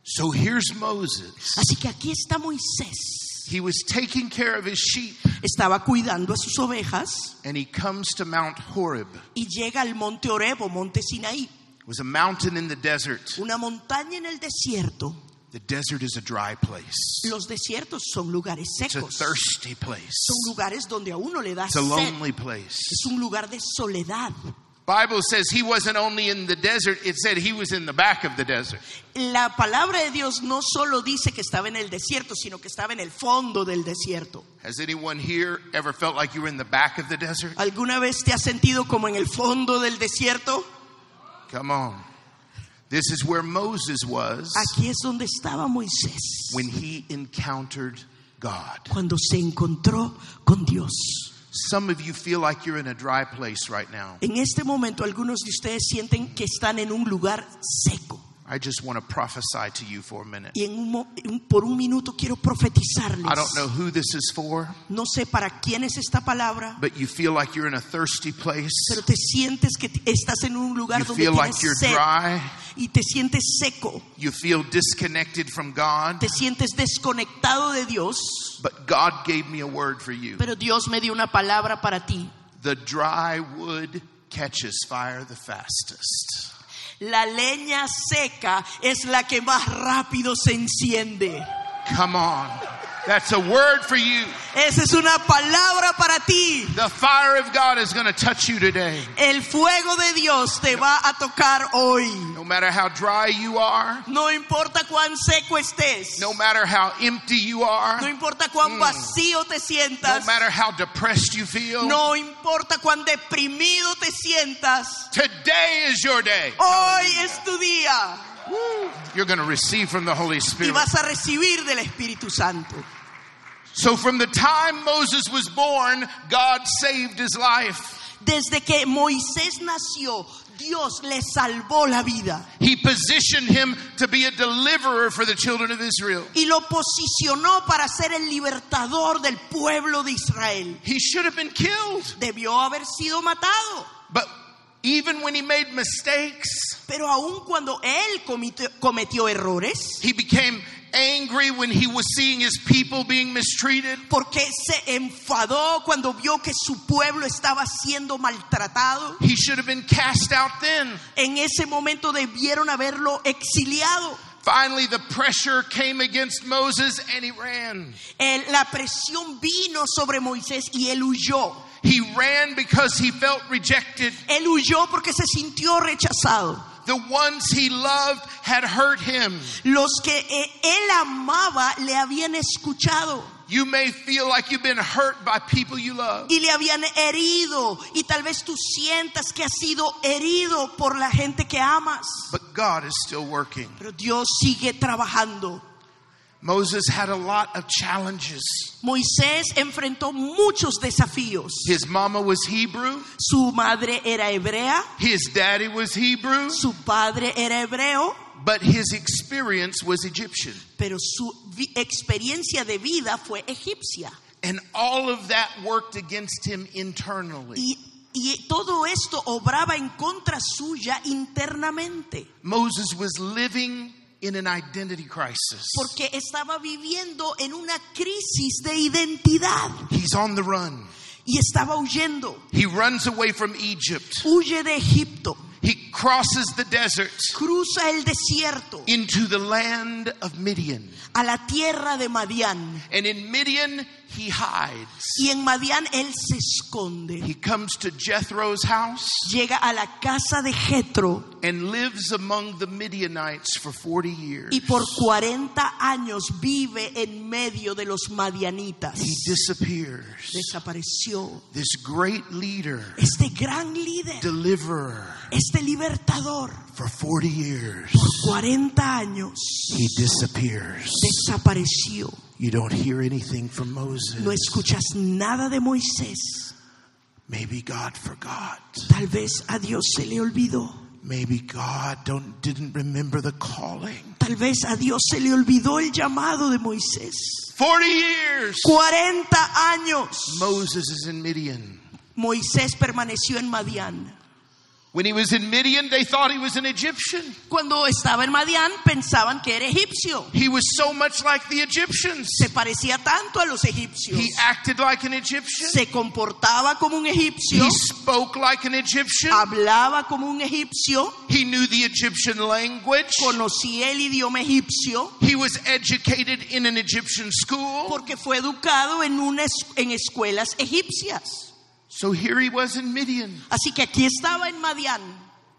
[SPEAKER 2] So here's Moses.
[SPEAKER 3] Así que aquí está Moisés.
[SPEAKER 2] He was taking care of his sheep,
[SPEAKER 3] Estaba cuidando a sus ovejas
[SPEAKER 2] and he comes to Mount Horeb.
[SPEAKER 3] y llega al monte Orebo, monte Sinaí.
[SPEAKER 2] It was a mountain in the desert.
[SPEAKER 3] Una montaña en el desierto.
[SPEAKER 2] The desert is a dry place.
[SPEAKER 3] Los desiertos son lugares
[SPEAKER 2] It's a
[SPEAKER 3] secos. Son
[SPEAKER 2] thirsty place.
[SPEAKER 3] lugares donde a uno le da
[SPEAKER 2] It's a
[SPEAKER 3] sed.
[SPEAKER 2] lonely place.
[SPEAKER 3] Es un lugar de soledad.
[SPEAKER 2] Bible says he wasn't only in the desert, it said he was in the back of the desert.
[SPEAKER 3] La palabra de Dios no solo dice que estaba en el desierto, sino que estaba en el fondo del desierto.
[SPEAKER 2] Has anyone here ever felt like you were in the back of the desert?
[SPEAKER 3] ¿Alguna vez te has sentido como en el fondo del desierto?
[SPEAKER 2] Come on. This is where Moses was
[SPEAKER 3] Aquí es donde estaba Moisés
[SPEAKER 2] when he encountered God.
[SPEAKER 3] cuando se encontró con Dios.
[SPEAKER 2] Some of you feel like you're in a dry place right now.
[SPEAKER 3] En este momento algunos de ustedes sienten que están en un lugar seco.
[SPEAKER 2] I just want to prophesy to you for a minute.
[SPEAKER 3] Y en un mo- un- por un minuto quiero profetizarles.
[SPEAKER 2] I don't know who this is for,
[SPEAKER 3] No sé para quién es esta palabra,
[SPEAKER 2] but you feel like you're in a thirsty place.
[SPEAKER 3] pero te sientes que t- estás en un lugar
[SPEAKER 2] You
[SPEAKER 3] donde
[SPEAKER 2] feel like you're
[SPEAKER 3] tienes sed
[SPEAKER 2] dry.
[SPEAKER 3] y te sientes seco,
[SPEAKER 2] You feel disconnected from God.
[SPEAKER 3] te sientes desconectado de Dios,
[SPEAKER 2] But God gave me a word for you.
[SPEAKER 3] pero Dios me dio una palabra para ti.
[SPEAKER 2] The dry wood catches fire the fastest.
[SPEAKER 3] La leña seca es la que más rápido se enciende.
[SPEAKER 2] Come on. That's a word for you.
[SPEAKER 3] Esa es una palabra para ti.
[SPEAKER 2] The fire of God is going to touch you today.
[SPEAKER 3] El fuego de Dios te va a tocar hoy.
[SPEAKER 2] No matter how dry you are,
[SPEAKER 3] No importa cuán seco estés.
[SPEAKER 2] no matter how empty you are,
[SPEAKER 3] No
[SPEAKER 2] no
[SPEAKER 3] importa cuán vacío te sientas.
[SPEAKER 2] matter how depressed you feel,
[SPEAKER 3] No importa cuán deprimido te sientas.
[SPEAKER 2] today is your day.
[SPEAKER 3] Hoy es tu día.
[SPEAKER 2] You're going to receive from the Holy
[SPEAKER 3] Y
[SPEAKER 2] Spirit.
[SPEAKER 3] vas a recibir del Espíritu Santo.
[SPEAKER 2] So, from the time Moses was born, God saved his life.
[SPEAKER 3] Desde que Moisés nació, Dios le salvó la vida.
[SPEAKER 2] He positioned him to be a deliverer for the children of Israel.
[SPEAKER 3] y lo posicionó para ser el libertador del pueblo de Israel.
[SPEAKER 2] He should have been killed.
[SPEAKER 3] Debió haber sido matado,
[SPEAKER 2] But even when he made mistakes,
[SPEAKER 3] pero aun cuando él comitió- cometió, errores,
[SPEAKER 2] he became angry when he was seeing his people being mistreated.
[SPEAKER 3] porque se enfadó cuando vio que su pueblo estaba siendo maltratado,
[SPEAKER 2] He should have been cast out then.
[SPEAKER 3] en ese momento debieron haberlo exiliado.
[SPEAKER 2] Finally, the pressure came against Moses and he ran.
[SPEAKER 3] El- la presión vino sobre Moisés y él huyó.
[SPEAKER 2] He ran because he felt rejected.
[SPEAKER 3] Él huyó porque se sintió rechazado.
[SPEAKER 2] The ones he loved had hurt him.
[SPEAKER 3] Los que eh, él amaba le habían escuchado.
[SPEAKER 2] You may feel like you've been hurt by people you love.
[SPEAKER 3] y le habían herido y tal vez tú sientas que has sido herido por la gente que amas.
[SPEAKER 2] But God is still working.
[SPEAKER 3] Pero Dios sigue trabajando.
[SPEAKER 2] Moses had a lot of challenges.
[SPEAKER 3] Moisés enfrentó muchos desafíos.
[SPEAKER 2] His mama was Hebrew,
[SPEAKER 3] Su madre era hebrea,
[SPEAKER 2] his daddy was Hebrew,
[SPEAKER 3] su padre era hebreo,
[SPEAKER 2] but his experience was Egyptian.
[SPEAKER 3] pero su vi- experiencia de vida fue egipcia.
[SPEAKER 2] And all of that worked against him internally.
[SPEAKER 3] Y, y todo esto obraba en contra suya internamente,
[SPEAKER 2] Moses was living in an identity crisis.
[SPEAKER 3] porque estaba viviendo en una crisis de identidad
[SPEAKER 2] He's on the run.
[SPEAKER 3] y estaba huyendo.
[SPEAKER 2] He runs away from Egypt.
[SPEAKER 3] huye de Egipto,
[SPEAKER 2] He crosses the desert
[SPEAKER 3] cruza el desierto
[SPEAKER 2] into the land of Midian.
[SPEAKER 3] a la tierra de Madián.
[SPEAKER 2] And in Midian, he hides.
[SPEAKER 3] Y en Madián él se esconde.
[SPEAKER 2] He comes to Jethro's house
[SPEAKER 3] Llega a la casa de Jetro
[SPEAKER 2] and lives among the Midianites for 40 years.
[SPEAKER 3] y por 40 años vive en medio de los madianitas.
[SPEAKER 2] He disappears.
[SPEAKER 3] Desapareció.
[SPEAKER 2] This great leader,
[SPEAKER 3] Este gran líder,
[SPEAKER 2] deliverer,
[SPEAKER 3] este libertador,
[SPEAKER 2] for 40 years,
[SPEAKER 3] 40 años
[SPEAKER 2] he disappears.
[SPEAKER 3] desapareció.
[SPEAKER 2] You don't hear anything from Moses.
[SPEAKER 3] No escuchas nada de Moisés.
[SPEAKER 2] Maybe God forgot.
[SPEAKER 3] Tal vez a Dios se le olvidó.
[SPEAKER 2] Maybe God don't, didn't remember the calling.
[SPEAKER 3] Tal vez a Dios se le olvidó el llamado de Moisés.
[SPEAKER 2] 40 years.
[SPEAKER 3] 40 años
[SPEAKER 2] Moses is in Midian.
[SPEAKER 3] Moisés permaneció en Madián.
[SPEAKER 2] When he was in Midian, they thought he was an Egyptian.
[SPEAKER 3] Cuando estaba en Madián pensaban que era egipcio.
[SPEAKER 2] He was so much like the Egyptians.
[SPEAKER 3] Se parecía tanto a los egipcios.
[SPEAKER 2] He acted like an Egyptian.
[SPEAKER 3] Se comportaba como un egipcio.
[SPEAKER 2] He spoke like an Egyptian.
[SPEAKER 3] Hablaba como un egipcio.
[SPEAKER 2] He knew the Egyptian language.
[SPEAKER 3] Conocía el idioma egipcio
[SPEAKER 2] He was educated in an Egyptian school.
[SPEAKER 3] porque fue educado en, una es- en escuelas egipcias.
[SPEAKER 2] So here he was in Midian.
[SPEAKER 3] Así que aquí estaba en Madián.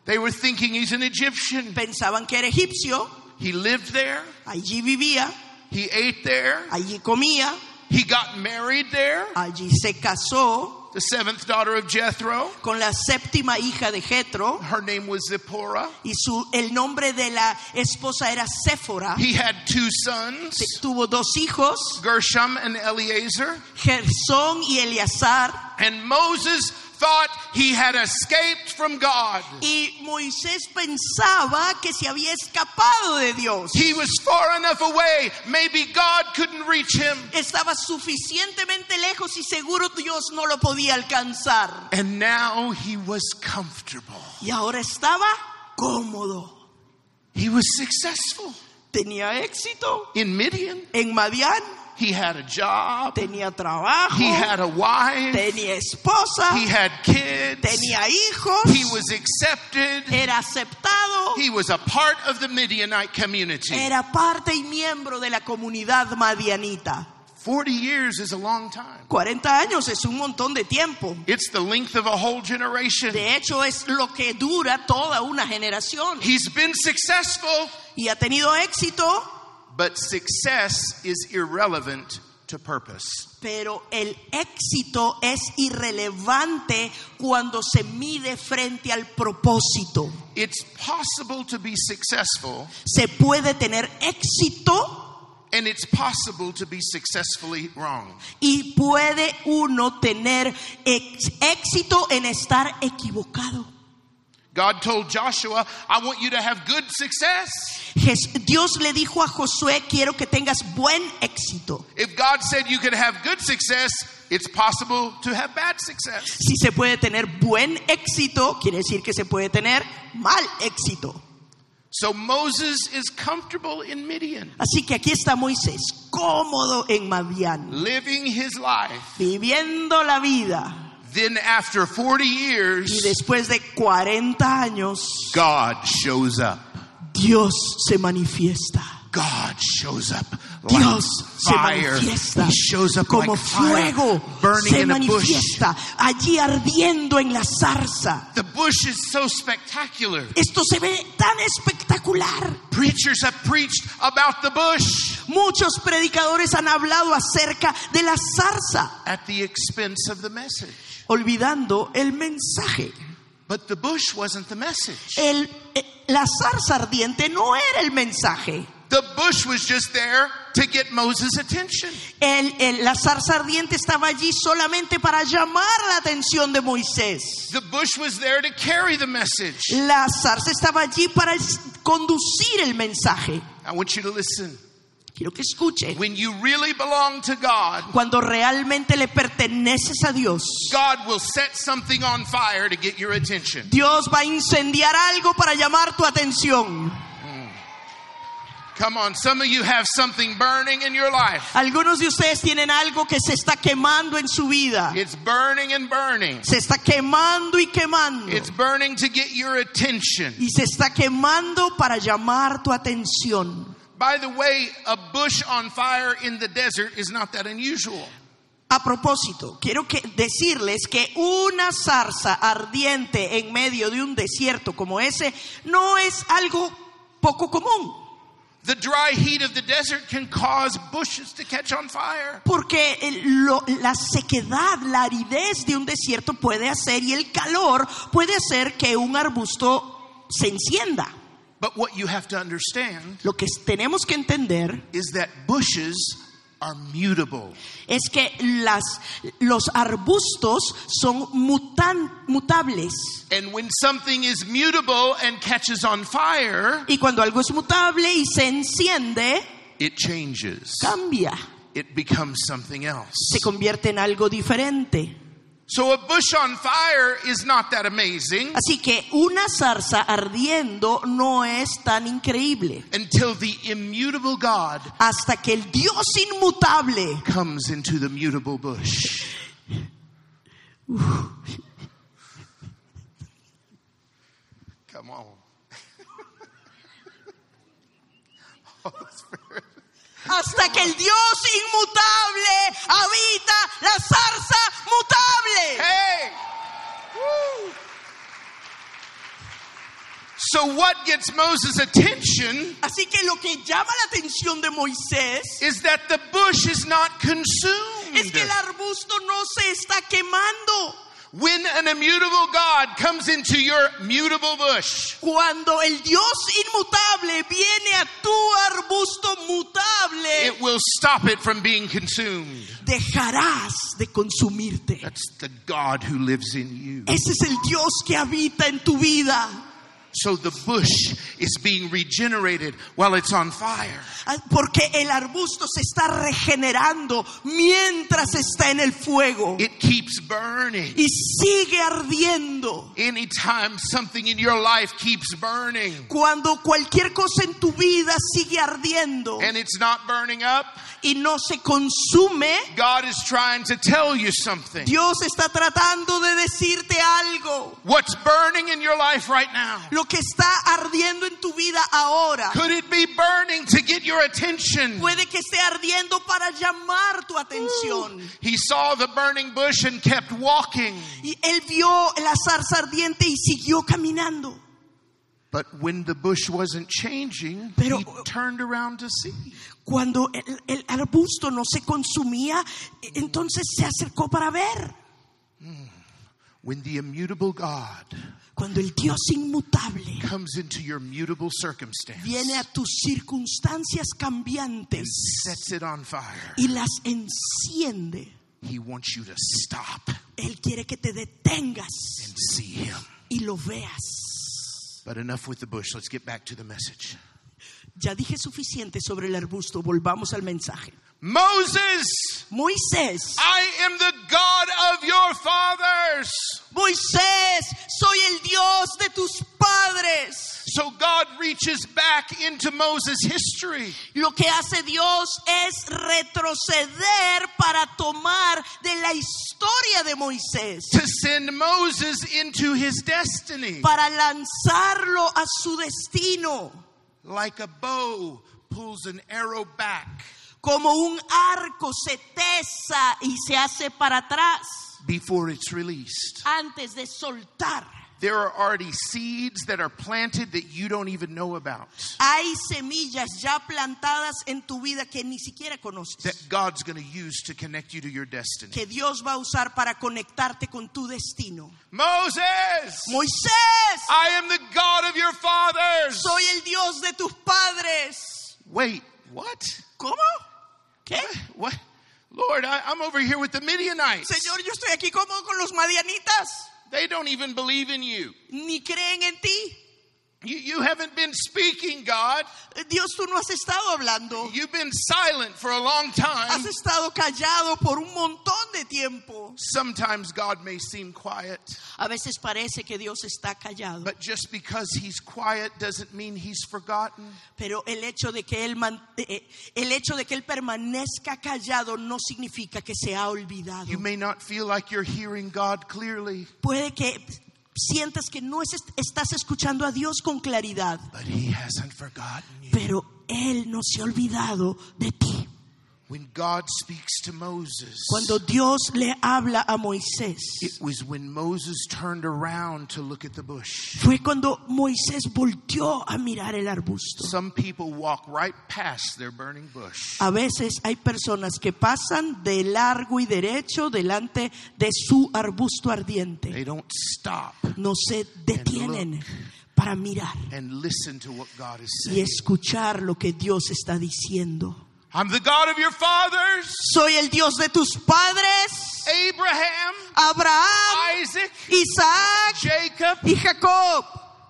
[SPEAKER 2] They were thinking he's an Egyptian.
[SPEAKER 3] Pensaban que era egipcio.
[SPEAKER 2] He lived there.
[SPEAKER 3] Allí vivía.
[SPEAKER 2] He ate there.
[SPEAKER 3] Allí comía.
[SPEAKER 2] He got married there.
[SPEAKER 3] Allí se casó
[SPEAKER 2] The seventh daughter of Jethro.
[SPEAKER 3] con la séptima hija de Jetro
[SPEAKER 2] Her name was Zipporah.
[SPEAKER 3] y su el nombre de la esposa era Séfora.
[SPEAKER 2] He had two sons,
[SPEAKER 3] Te- Tuvo dos hijos,
[SPEAKER 2] Gershom and Eleazar.
[SPEAKER 3] Gersón y Eleazar,
[SPEAKER 2] And Moses thought he had escaped from God.
[SPEAKER 3] y Moisés pensaba que se había escapado de Dios.
[SPEAKER 2] He was far enough away, maybe God couldn't reach him.
[SPEAKER 3] Estaba suficientemente lejos y seguro Dios no lo podía alcanzar.
[SPEAKER 2] And now he was comfortable.
[SPEAKER 3] Y ahora estaba cómodo.
[SPEAKER 2] He was successful
[SPEAKER 3] Tenía éxito
[SPEAKER 2] in Midian.
[SPEAKER 3] en Madián,
[SPEAKER 2] He had a job.
[SPEAKER 3] tenía trabajo,
[SPEAKER 2] He had a wife.
[SPEAKER 3] tenía esposa,
[SPEAKER 2] He had kids.
[SPEAKER 3] tenía hijos.
[SPEAKER 2] He was accepted.
[SPEAKER 3] era aceptado,
[SPEAKER 2] He was a part of the Midianite community.
[SPEAKER 3] era parte y miembro de la comunidad madianita.
[SPEAKER 2] 40 years is a long time.
[SPEAKER 3] 40 años es un montón de tiempo.
[SPEAKER 2] It's the length of a whole generation.
[SPEAKER 3] De hecho, es lo que dura toda una generación.
[SPEAKER 2] He's been successful,
[SPEAKER 3] Y ha tenido éxito,
[SPEAKER 2] but success is irrelevant to purpose.
[SPEAKER 3] pero el éxito es irrelevante cuando se mide frente al propósito.
[SPEAKER 2] It's possible to be successful,
[SPEAKER 3] Se puede tener éxito
[SPEAKER 2] and it's possible to be successfully wrong.
[SPEAKER 3] y puede uno tener ex- éxito en estar equivocado.
[SPEAKER 2] God told Joshua, I want you to have good success.
[SPEAKER 3] Jes- Dios le dijo a Josué, quiero que tengas buen éxito.
[SPEAKER 2] If God said you could have good success, it's possible to have bad success.
[SPEAKER 3] Si se puede tener buen éxito, quiere decir que se puede tener mal éxito.
[SPEAKER 2] So Moses is comfortable in Midian,
[SPEAKER 3] Así que aquí está Moisés, cómodo en Madián,
[SPEAKER 2] living his life.
[SPEAKER 3] viviendo la vida.
[SPEAKER 2] Then after 40
[SPEAKER 3] Y
[SPEAKER 2] years,
[SPEAKER 3] después de 40 años,
[SPEAKER 2] God shows up.
[SPEAKER 3] Dios se manifiesta.
[SPEAKER 2] God shows up like
[SPEAKER 3] Dios se
[SPEAKER 2] fire.
[SPEAKER 3] manifiesta
[SPEAKER 2] He shows up
[SPEAKER 3] como
[SPEAKER 2] like
[SPEAKER 3] fuego,
[SPEAKER 2] fire burning
[SPEAKER 3] se
[SPEAKER 2] in a bush.
[SPEAKER 3] manifiesta allí ardiendo en la zarza.
[SPEAKER 2] The bush is so spectacular.
[SPEAKER 3] Esto se ve tan espectacular.
[SPEAKER 2] Preachers have preached about the bush
[SPEAKER 3] Muchos predicadores han hablado acerca de la zarza,
[SPEAKER 2] at the expense of the message.
[SPEAKER 3] olvidando el mensaje.
[SPEAKER 2] But the bush wasn't the message.
[SPEAKER 3] El, eh, la zarza ardiente no era el mensaje.
[SPEAKER 2] The bush was just there to get Moses' attention.
[SPEAKER 3] El- el- la zarza ardiente estaba allí solamente para llamar la atención de Moisés.
[SPEAKER 2] The bush was there to carry the message.
[SPEAKER 3] La zarza estaba allí para es- conducir el mensaje.
[SPEAKER 2] I want you to listen.
[SPEAKER 3] Quiero que escuche.
[SPEAKER 2] When you really belong to God,
[SPEAKER 3] Cuando realmente le perteneces a Dios,
[SPEAKER 2] God will set something on fire to get your attention.
[SPEAKER 3] Dios va a incendiar algo para llamar tu atención.
[SPEAKER 2] Come on, some of you have something burning in your life.
[SPEAKER 3] Algunos de ustedes tienen algo que se está quemando en su vida.
[SPEAKER 2] It's burning and burning.
[SPEAKER 3] Se está quemando y quemando.
[SPEAKER 2] It's burning to get your attention.
[SPEAKER 3] Y se está quemando para llamar tu atención.
[SPEAKER 2] By the way, a bush on fire in the desert is not that unusual.
[SPEAKER 3] A propósito, quiero que decirles que una zarza ardiente en medio de un desierto como ese no es algo poco común,
[SPEAKER 2] The dry heat of the desert can cause bushes to catch on fire.
[SPEAKER 3] porque el- lo- la sequedad, la aridez de un desierto puede hacer y el calor puede hacer que un arbusto se encienda.
[SPEAKER 2] But what you have to understand
[SPEAKER 3] Lo que tenemos que entender
[SPEAKER 2] is that bushes are mutable.
[SPEAKER 3] es que las, los arbustos son mutan- mutables.
[SPEAKER 2] And when something is mutable and catches on fire,
[SPEAKER 3] Y cuando algo es mutable y se enciende,
[SPEAKER 2] it changes.
[SPEAKER 3] cambia,
[SPEAKER 2] It becomes something else.
[SPEAKER 3] se convierte en algo diferente.
[SPEAKER 2] So a bush on fire is not that amazing
[SPEAKER 3] Así que una zarza ardiendo no es tan increíble
[SPEAKER 2] until the immutable God
[SPEAKER 3] hasta que el Dios inmutable
[SPEAKER 2] comes into the mutable bush. Come on.
[SPEAKER 3] hasta que el Dios inmutable habita la zarza mutable.
[SPEAKER 2] Hey! Woo! So what gets Moses' attention
[SPEAKER 3] Así que lo que llama la atención de Moisés
[SPEAKER 2] is that the bush is not consumed.
[SPEAKER 3] es que el arbusto no se está quemando.
[SPEAKER 2] When an immutable God comes into your mutable bush,
[SPEAKER 3] Cuando el Dios inmutable viene a tu arbusto mutable,
[SPEAKER 2] it will stop it from being consumed.
[SPEAKER 3] dejarás de consumirte.
[SPEAKER 2] That's the God who lives in you.
[SPEAKER 3] Ese es el Dios que habita en tu vida.
[SPEAKER 2] So the bush is being regenerated while it's on fire.
[SPEAKER 3] Ah, Porque el arbusto se está regenerando mientras está en el fuego
[SPEAKER 2] It keeps burning.
[SPEAKER 3] y sigue ardiendo.
[SPEAKER 2] Anytime something in your life keeps burning
[SPEAKER 3] Cuando cualquier cosa en tu vida sigue ardiendo
[SPEAKER 2] and it's not burning up,
[SPEAKER 3] y no se consume,
[SPEAKER 2] God is trying to tell you something.
[SPEAKER 3] Dios está tratando de decirte algo.
[SPEAKER 2] What's burning in your life right now?
[SPEAKER 3] Lo que está ardiendo en tu vida ahora
[SPEAKER 2] Could it be burning to get your attention?
[SPEAKER 3] puede que esté ardiendo para llamar tu atención.
[SPEAKER 2] He saw the burning bush and kept walking.
[SPEAKER 3] Y él vio la zarza ardiente y siguió caminando.
[SPEAKER 2] But when the bush wasn't changing,
[SPEAKER 3] Pero- uh,
[SPEAKER 2] he turned around to see.
[SPEAKER 3] Cuando el, el arbusto no se consumía, e, entonces se acercó para ver.
[SPEAKER 2] When the immutable God
[SPEAKER 3] Cuando el Dios inmutable
[SPEAKER 2] comes into your mutable circumstance
[SPEAKER 3] viene a tus circunstancias
[SPEAKER 2] and
[SPEAKER 3] cambiantes
[SPEAKER 2] sets it on fire,
[SPEAKER 3] y las enciende,
[SPEAKER 2] he wants you to stop
[SPEAKER 3] Él quiere que te detengas
[SPEAKER 2] and see him.
[SPEAKER 3] y lo veas.
[SPEAKER 2] But enough with the bush. Let's get back to the message.
[SPEAKER 3] Ya dije suficiente sobre el arbusto, volvamos al mensaje.
[SPEAKER 2] Moses,
[SPEAKER 3] Moisés,
[SPEAKER 2] I am the God of your fathers.
[SPEAKER 3] Moisés, soy el Dios de tus padres.
[SPEAKER 2] So God reaches back into Moses' history.
[SPEAKER 3] Lo que hace Dios es retroceder para tomar de la historia de Moisés,
[SPEAKER 2] to send Moses into his destiny.
[SPEAKER 3] para lanzarlo a su destino,
[SPEAKER 2] Like a bow pulls an arrow back
[SPEAKER 3] como un arco se tesa y se hace para atrás
[SPEAKER 2] before it's released.
[SPEAKER 3] antes de soltar.
[SPEAKER 2] There are already seeds that are planted that you don't even know about
[SPEAKER 3] Hay semillas ya plantadas en tu vida que ni siquiera
[SPEAKER 2] that
[SPEAKER 3] conoces,
[SPEAKER 2] God's going to use to connect you to your destiny.
[SPEAKER 3] que Dios va a usar para conectarte con tu destino.
[SPEAKER 2] Moses,
[SPEAKER 3] Moisés,
[SPEAKER 2] I am the God of your fathers.
[SPEAKER 3] soy el Dios de tus padres.
[SPEAKER 2] Wait, what?
[SPEAKER 3] ¿Cómo? ¿Qué?
[SPEAKER 2] What? Lord, I, I'm over here with the Midianites.
[SPEAKER 3] Señor, yo estoy aquí como con los madianitas.
[SPEAKER 2] They don't even believe in you.
[SPEAKER 3] Ni creen en ti.
[SPEAKER 2] You, you haven't been speaking, God.
[SPEAKER 3] Dios, tú no has estado hablando.
[SPEAKER 2] You've been silent for a long time.
[SPEAKER 3] Has estado callado por un montón de tiempo.
[SPEAKER 2] Sometimes God may seem quiet,
[SPEAKER 3] A veces parece que Dios está callado,
[SPEAKER 2] but just because he's quiet doesn't mean he's forgotten.
[SPEAKER 3] pero el hecho de que él man- eh, el hecho de que él permanezca callado no significa que se ha olvidado.
[SPEAKER 2] You may not feel like you're hearing God clearly,
[SPEAKER 3] Puede que sientas que no es- estás escuchando a Dios con claridad,
[SPEAKER 2] but he hasn't forgotten you.
[SPEAKER 3] pero él no se ha olvidado de ti.
[SPEAKER 2] When God speaks to Moses,
[SPEAKER 3] Cuando Dios le habla a Moisés,
[SPEAKER 2] it was when Moses turned around to look at the bush.
[SPEAKER 3] fue cuando Moisés volteó a mirar el arbusto.
[SPEAKER 2] Some people walk right past their burning bush.
[SPEAKER 3] A veces hay personas que pasan de largo y derecho delante de su arbusto ardiente.
[SPEAKER 2] They don't stop
[SPEAKER 3] No se detienen para mirar
[SPEAKER 2] and listen to what God is
[SPEAKER 3] y
[SPEAKER 2] saying.
[SPEAKER 3] escuchar lo que Dios está diciendo.
[SPEAKER 2] I'm the God of your fathers,
[SPEAKER 3] Soy el Dios de tus padres,
[SPEAKER 2] Abraham,
[SPEAKER 3] Abraham,
[SPEAKER 2] Isaac,
[SPEAKER 3] Isaac
[SPEAKER 2] Jacob.
[SPEAKER 3] y Jacob.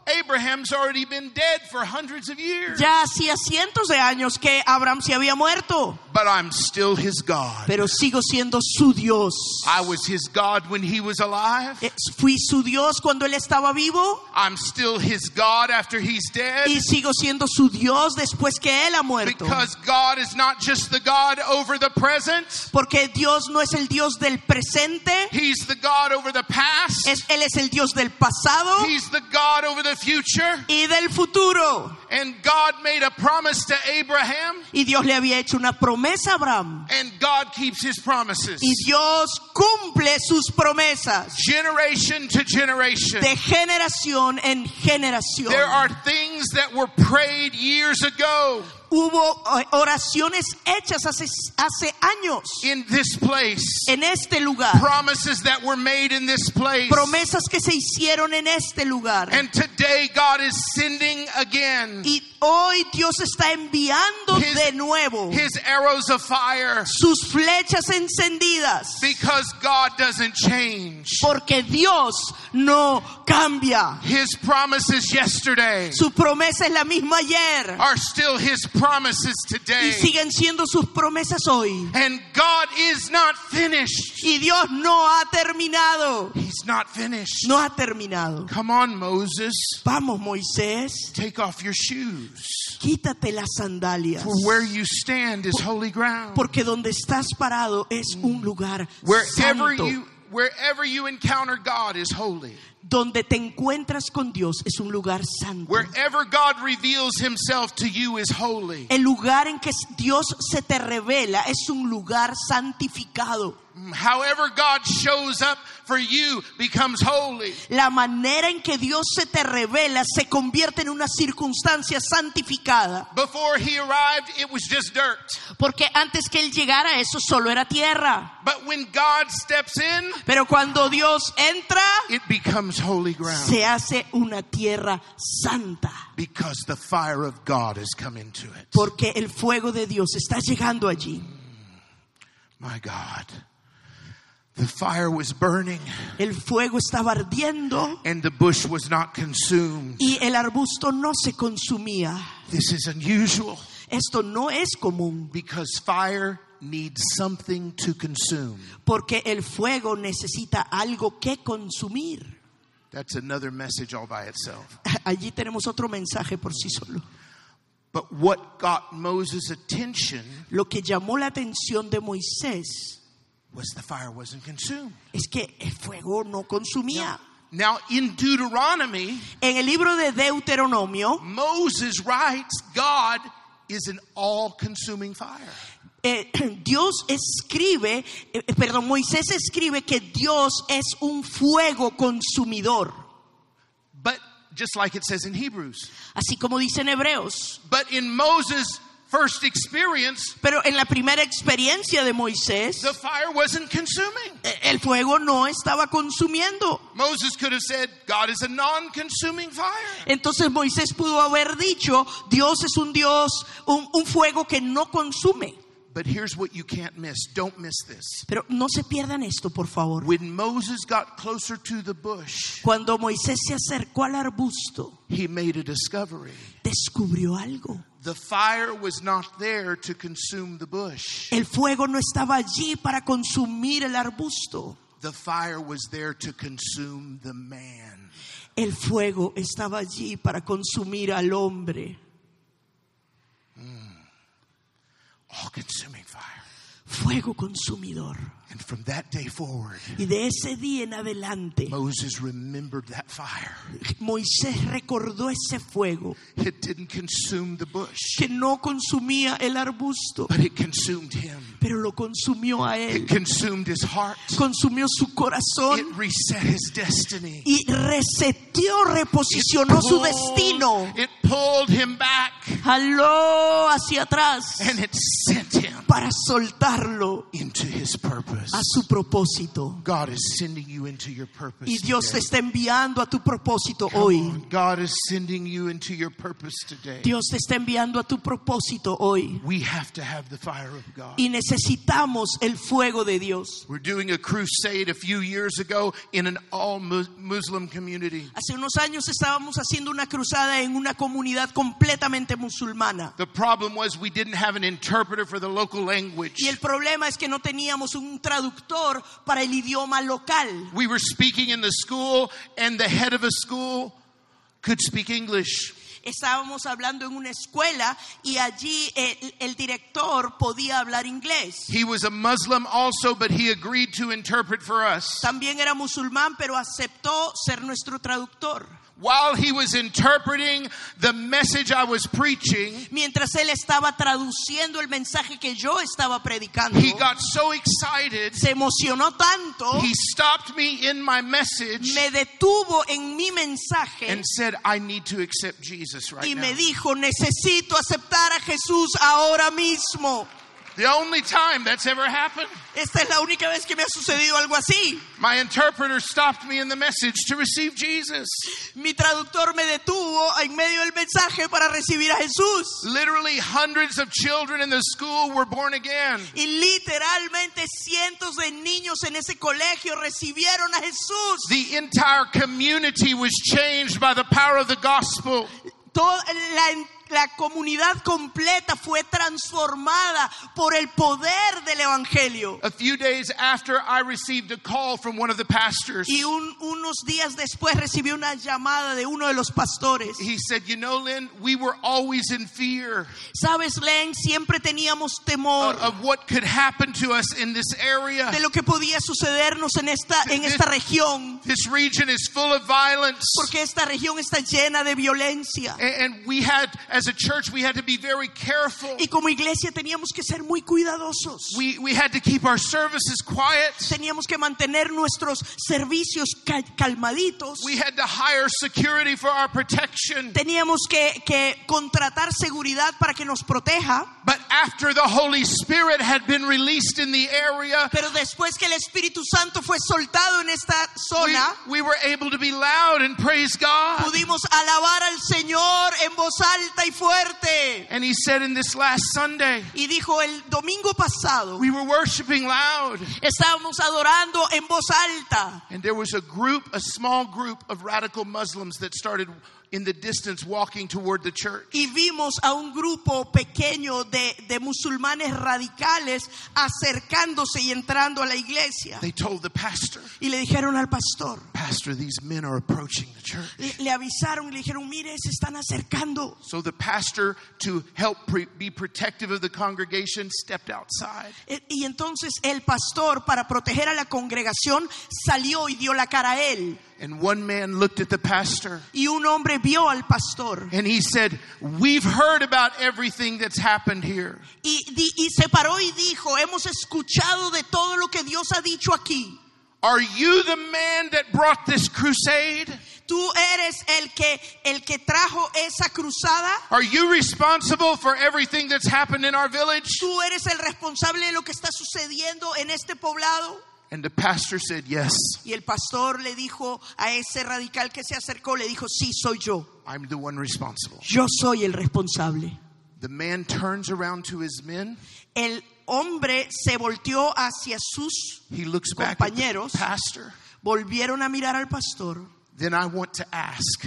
[SPEAKER 2] Abraham's already been dead for hundreds of years.
[SPEAKER 3] Ya hacía cientos de años que Abraham se había muerto,
[SPEAKER 2] But I'm still his God.
[SPEAKER 3] pero sigo siendo su Dios.
[SPEAKER 2] I was his God when he was alive.
[SPEAKER 3] Eh, Fui su Dios cuando él estaba vivo
[SPEAKER 2] I'm still his God after he's dead.
[SPEAKER 3] y sigo siendo su Dios después que él ha muerto.
[SPEAKER 2] Because God is not just the God over the present,
[SPEAKER 3] Porque Dios no es el Dios del presente,
[SPEAKER 2] he's the God over the past,
[SPEAKER 3] es- él es el Dios del pasado
[SPEAKER 2] he's the God over the future.
[SPEAKER 3] y del futuro.
[SPEAKER 2] And God made a promise to Abraham,
[SPEAKER 3] Y Dios le había hecho una promesa a Abraham
[SPEAKER 2] and God keeps his promises.
[SPEAKER 3] y Dios cumple sus promesas
[SPEAKER 2] Generation to generation.
[SPEAKER 3] de generación en
[SPEAKER 2] There
[SPEAKER 3] generación.
[SPEAKER 2] are things that were prayed years ago
[SPEAKER 3] Hubo eh, oraciones hechas hace, hace años
[SPEAKER 2] in this place.
[SPEAKER 3] en este lugar,
[SPEAKER 2] promises that were made in this place.
[SPEAKER 3] promesas que se hicieron en este lugar.
[SPEAKER 2] And today God is sending again
[SPEAKER 3] Y hoy Dios está enviando
[SPEAKER 2] His-
[SPEAKER 3] de nuevo
[SPEAKER 2] his arrows of fire
[SPEAKER 3] sus flechas encendidas.
[SPEAKER 2] because God doesn't change.
[SPEAKER 3] Porque Dios no cambia.
[SPEAKER 2] His promises yesterday
[SPEAKER 3] Su promesa es la misma ayer.
[SPEAKER 2] are still his promises
[SPEAKER 3] Y
[SPEAKER 2] today.
[SPEAKER 3] siguen siendo sus promesas hoy.
[SPEAKER 2] And God is not finished.
[SPEAKER 3] Y Dios no ha terminado.
[SPEAKER 2] He's not finished.
[SPEAKER 3] No ha terminado.
[SPEAKER 2] Come on, Moses.
[SPEAKER 3] Vamos, Moisés.
[SPEAKER 2] Take off your shoes.
[SPEAKER 3] Quítate las sandalias.
[SPEAKER 2] For where you stand is holy ground.
[SPEAKER 3] Porque donde estás parado es un lugar
[SPEAKER 2] Wherever
[SPEAKER 3] santo.
[SPEAKER 2] you Wherever you encounter God is holy.
[SPEAKER 3] Donde te encuentras con Dios es un lugar santo.
[SPEAKER 2] Wherever God reveals himself to you is holy.
[SPEAKER 3] El lugar en que Dios se te revela es un lugar santificado.
[SPEAKER 2] However God shows up for you becomes holy.
[SPEAKER 3] La manera en que Dios se te revela se convierte en una circunstancia santificada.
[SPEAKER 2] Before he arrived, it was just dirt.
[SPEAKER 3] Porque antes que Él llegara eso solo era tierra.
[SPEAKER 2] But when God steps in,
[SPEAKER 3] Pero cuando Dios entra,
[SPEAKER 2] it becomes holy ground
[SPEAKER 3] se hace una tierra santa.
[SPEAKER 2] because the fire of God has come into it.
[SPEAKER 3] Porque el fuego de Dios está llegando allí.
[SPEAKER 2] My God. The fire was burning
[SPEAKER 3] El fuego estaba ardiendo
[SPEAKER 2] and the bush was not consumed.
[SPEAKER 3] y el arbusto no se consumía.
[SPEAKER 2] This is unusual
[SPEAKER 3] Esto no es común
[SPEAKER 2] because fire needs something to consume.
[SPEAKER 3] porque el fuego necesita algo que consumir. [laughs]
[SPEAKER 2] That's another message all by itself.
[SPEAKER 3] Allí tenemos otro mensaje por sí solo.
[SPEAKER 2] But what got Moses' attention
[SPEAKER 3] Lo que llamó la atención de Moisés
[SPEAKER 2] was the fire wasn't consumed.
[SPEAKER 3] es que el fuego no consumía.
[SPEAKER 2] Now, in Deuteronomy,
[SPEAKER 3] En el libro de Deuteronomio,
[SPEAKER 2] Moses writes God is an all consuming fire.
[SPEAKER 3] eh, [clears throat] Dios escribe, eh, perdón, Moisés escribe que Dios es un fuego consumidor,
[SPEAKER 2] But just like it says in Hebrews.
[SPEAKER 3] así como dicen hebreos.
[SPEAKER 2] But in Moses' first experience,
[SPEAKER 3] Pero en la primera experiencia de Moisés,
[SPEAKER 2] the fire wasn't consuming.
[SPEAKER 3] eh, el fuego no estaba consumiendo.
[SPEAKER 2] Moses could have said, God is a non consuming fire.
[SPEAKER 3] Entonces Moisés pudo haber dicho, Dios es un Dios, un, un fuego que no consume.
[SPEAKER 2] But here's what you can't miss. Don't miss this.
[SPEAKER 3] Pero no se pierdan esto, por favor.
[SPEAKER 2] When Moses got closer to the bush,
[SPEAKER 3] Cuando Moisés se acercó al arbusto,
[SPEAKER 2] he made a discovery.
[SPEAKER 3] descubrió algo.
[SPEAKER 2] The fire was not there to consume the bush,
[SPEAKER 3] El fuego no estaba allí para consumir el arbusto.
[SPEAKER 2] the fire was there to consume the man.
[SPEAKER 3] El fuego estaba allí para consumir al hombre.
[SPEAKER 2] All consuming fire.
[SPEAKER 3] Fuego consumidor.
[SPEAKER 2] And from that day forward,
[SPEAKER 3] Y de ese día en adelante,
[SPEAKER 2] Moses remembered that fire.
[SPEAKER 3] Moisés recordó ese fuego
[SPEAKER 2] It didn't consume the bush,
[SPEAKER 3] que no consumía el arbusto,
[SPEAKER 2] but it consumed him.
[SPEAKER 3] pero lo consumió a él.
[SPEAKER 2] It consumed his heart.
[SPEAKER 3] consumió su
[SPEAKER 2] It
[SPEAKER 3] corazón
[SPEAKER 2] reset his destiny.
[SPEAKER 3] y reseteó,
[SPEAKER 2] It
[SPEAKER 3] reposicionó su
[SPEAKER 2] pulled-
[SPEAKER 3] destino.
[SPEAKER 2] It pulled him back
[SPEAKER 3] Jaló hacia atrás
[SPEAKER 2] and it sent him
[SPEAKER 3] para soltarlo
[SPEAKER 2] into his purpose.
[SPEAKER 3] a su propósito.
[SPEAKER 2] God is sending you into your purpose.
[SPEAKER 3] Y Dios
[SPEAKER 2] today.
[SPEAKER 3] te está enviando a tu propósito
[SPEAKER 2] Pues Come
[SPEAKER 3] hoy.
[SPEAKER 2] on, God is sending you into your purpose today.
[SPEAKER 3] Dios te está enviando a tu propósito hoy.
[SPEAKER 2] We have to have the fire of God.
[SPEAKER 3] Y necesitamos el fuego de Dios.
[SPEAKER 2] We're doing a crusade a few years ago in an all Mus- Muslim community.
[SPEAKER 3] Hace unos años estábamos haciendo una cruzada en una comunidad completamente musulmana.
[SPEAKER 2] The problem was we didn't have an interpreter for the local language.
[SPEAKER 3] Y el problema es que no teníamos un traductor para el idioma local.
[SPEAKER 2] We were speaking in the school, and the head of a school could speak English.
[SPEAKER 3] Estábamos hablando en una escuela y allí el, el director podía hablar inglés.
[SPEAKER 2] He was a Muslim also, but he agreed to interpret for us.
[SPEAKER 3] También era musulmán, pero aceptó ser nuestro traductor.
[SPEAKER 2] While he was interpreting the message I was preaching,
[SPEAKER 3] Mientras él estaba traduciendo el mensaje que yo estaba predicando,
[SPEAKER 2] he got so excited,
[SPEAKER 3] se emocionó tanto,
[SPEAKER 2] he stopped me in my message
[SPEAKER 3] me detuvo en mi mensaje
[SPEAKER 2] and said, I need to accept Jesus right
[SPEAKER 3] y me
[SPEAKER 2] now.
[SPEAKER 3] dijo, necesito aceptar a Jesús ahora mismo.
[SPEAKER 2] The only time that's ever happened.
[SPEAKER 3] Esta es la única vez que me ha sucedido algo así.
[SPEAKER 2] My interpreter stopped me in the message to receive Jesus.
[SPEAKER 3] Mi traductor me detuvo en medio del mensaje para recibir a Jesús.
[SPEAKER 2] Literally, hundreds of children in the school were born again.
[SPEAKER 3] Y literalmente cientos de niños en ese colegio recibieron a Jesús.
[SPEAKER 2] The entire community was changed by the power of the gospel.
[SPEAKER 3] Toda la en- la comunidad completa fue transformada por el poder del Evangelio.
[SPEAKER 2] A few days after, I received a call from one of the pastors.
[SPEAKER 3] Y un- unos días después recibí una llamada de uno de los pastores.
[SPEAKER 2] He said, You know, Lynn, we were always in fear
[SPEAKER 3] Sabes, Len, siempre teníamos
[SPEAKER 2] of,
[SPEAKER 3] temor
[SPEAKER 2] of what could happen to us in this area.
[SPEAKER 3] de lo que podía sucedernos en esta, en esta región,
[SPEAKER 2] This region is full of violence.
[SPEAKER 3] porque esta región está llena de violencia.
[SPEAKER 2] And and we had, as a church, we had to be very careful.
[SPEAKER 3] Y como iglesia teníamos que ser muy cuidadosos.
[SPEAKER 2] We, we had to keep our services quiet.
[SPEAKER 3] Teníamos que mantener nuestros servicios cal- calmaditos.
[SPEAKER 2] We had to hire security for our protection.
[SPEAKER 3] Teníamos que, que contratar seguridad para que nos proteja.
[SPEAKER 2] But after the Holy Spirit had been released in the area,
[SPEAKER 3] Pero después que el Espíritu Santo fue soltado en esta
[SPEAKER 2] we,
[SPEAKER 3] zona,
[SPEAKER 2] we were able to be loud and praise God.
[SPEAKER 3] pudimos alabar al Señor en voz alta y fuerte.
[SPEAKER 2] And he said in this last Sunday,
[SPEAKER 3] Y dijo el domingo pasado,
[SPEAKER 2] we were worshiping loud.
[SPEAKER 3] estábamos adorando en voz alta.
[SPEAKER 2] And there was a group, a small group of radical Muslims that started in the distance walking toward the church.
[SPEAKER 3] Y vimos a un grupo pequeño de, de musulmanes radicales acercándose y entrando a la iglesia.
[SPEAKER 2] They told the pastor,
[SPEAKER 3] Y le dijeron al pastor,
[SPEAKER 2] Pastor, these men are approaching the church.
[SPEAKER 3] le, le avisaron y le dijeron, mire, se están acercando.
[SPEAKER 2] So the pastor, to help pre- be protective of the congregation, stepped outside.
[SPEAKER 3] E- Y entonces el pastor, para proteger a la congregación, salió y dio la cara a él.
[SPEAKER 2] And one man looked at the pastor
[SPEAKER 3] Y un hombre vio al pastor
[SPEAKER 2] and he said, We've heard about everything that's happened here.
[SPEAKER 3] y, di- y se paró y dijo, hemos escuchado de todo lo que Dios ha dicho aquí.
[SPEAKER 2] Are you the man that brought this crusade?
[SPEAKER 3] Tú eres el que, el que trajo esa cruzada.
[SPEAKER 2] Are you responsible for everything that's happened in our village?
[SPEAKER 3] Tú eres el responsable de lo que está sucediendo en este poblado.
[SPEAKER 2] And the pastor said, Yes,
[SPEAKER 3] Y el pastor le dijo a ese radical que se acercó, le dijo, sí, soy yo.
[SPEAKER 2] I'm the one responsible.
[SPEAKER 3] Yo soy el responsable.
[SPEAKER 2] The man turns around to his men.
[SPEAKER 3] El hombre se volteó hacia sus,
[SPEAKER 2] He looks back at the
[SPEAKER 3] Compañeros.
[SPEAKER 2] pastor.
[SPEAKER 3] volvieron a mirar al pastor
[SPEAKER 2] Then I want to ask.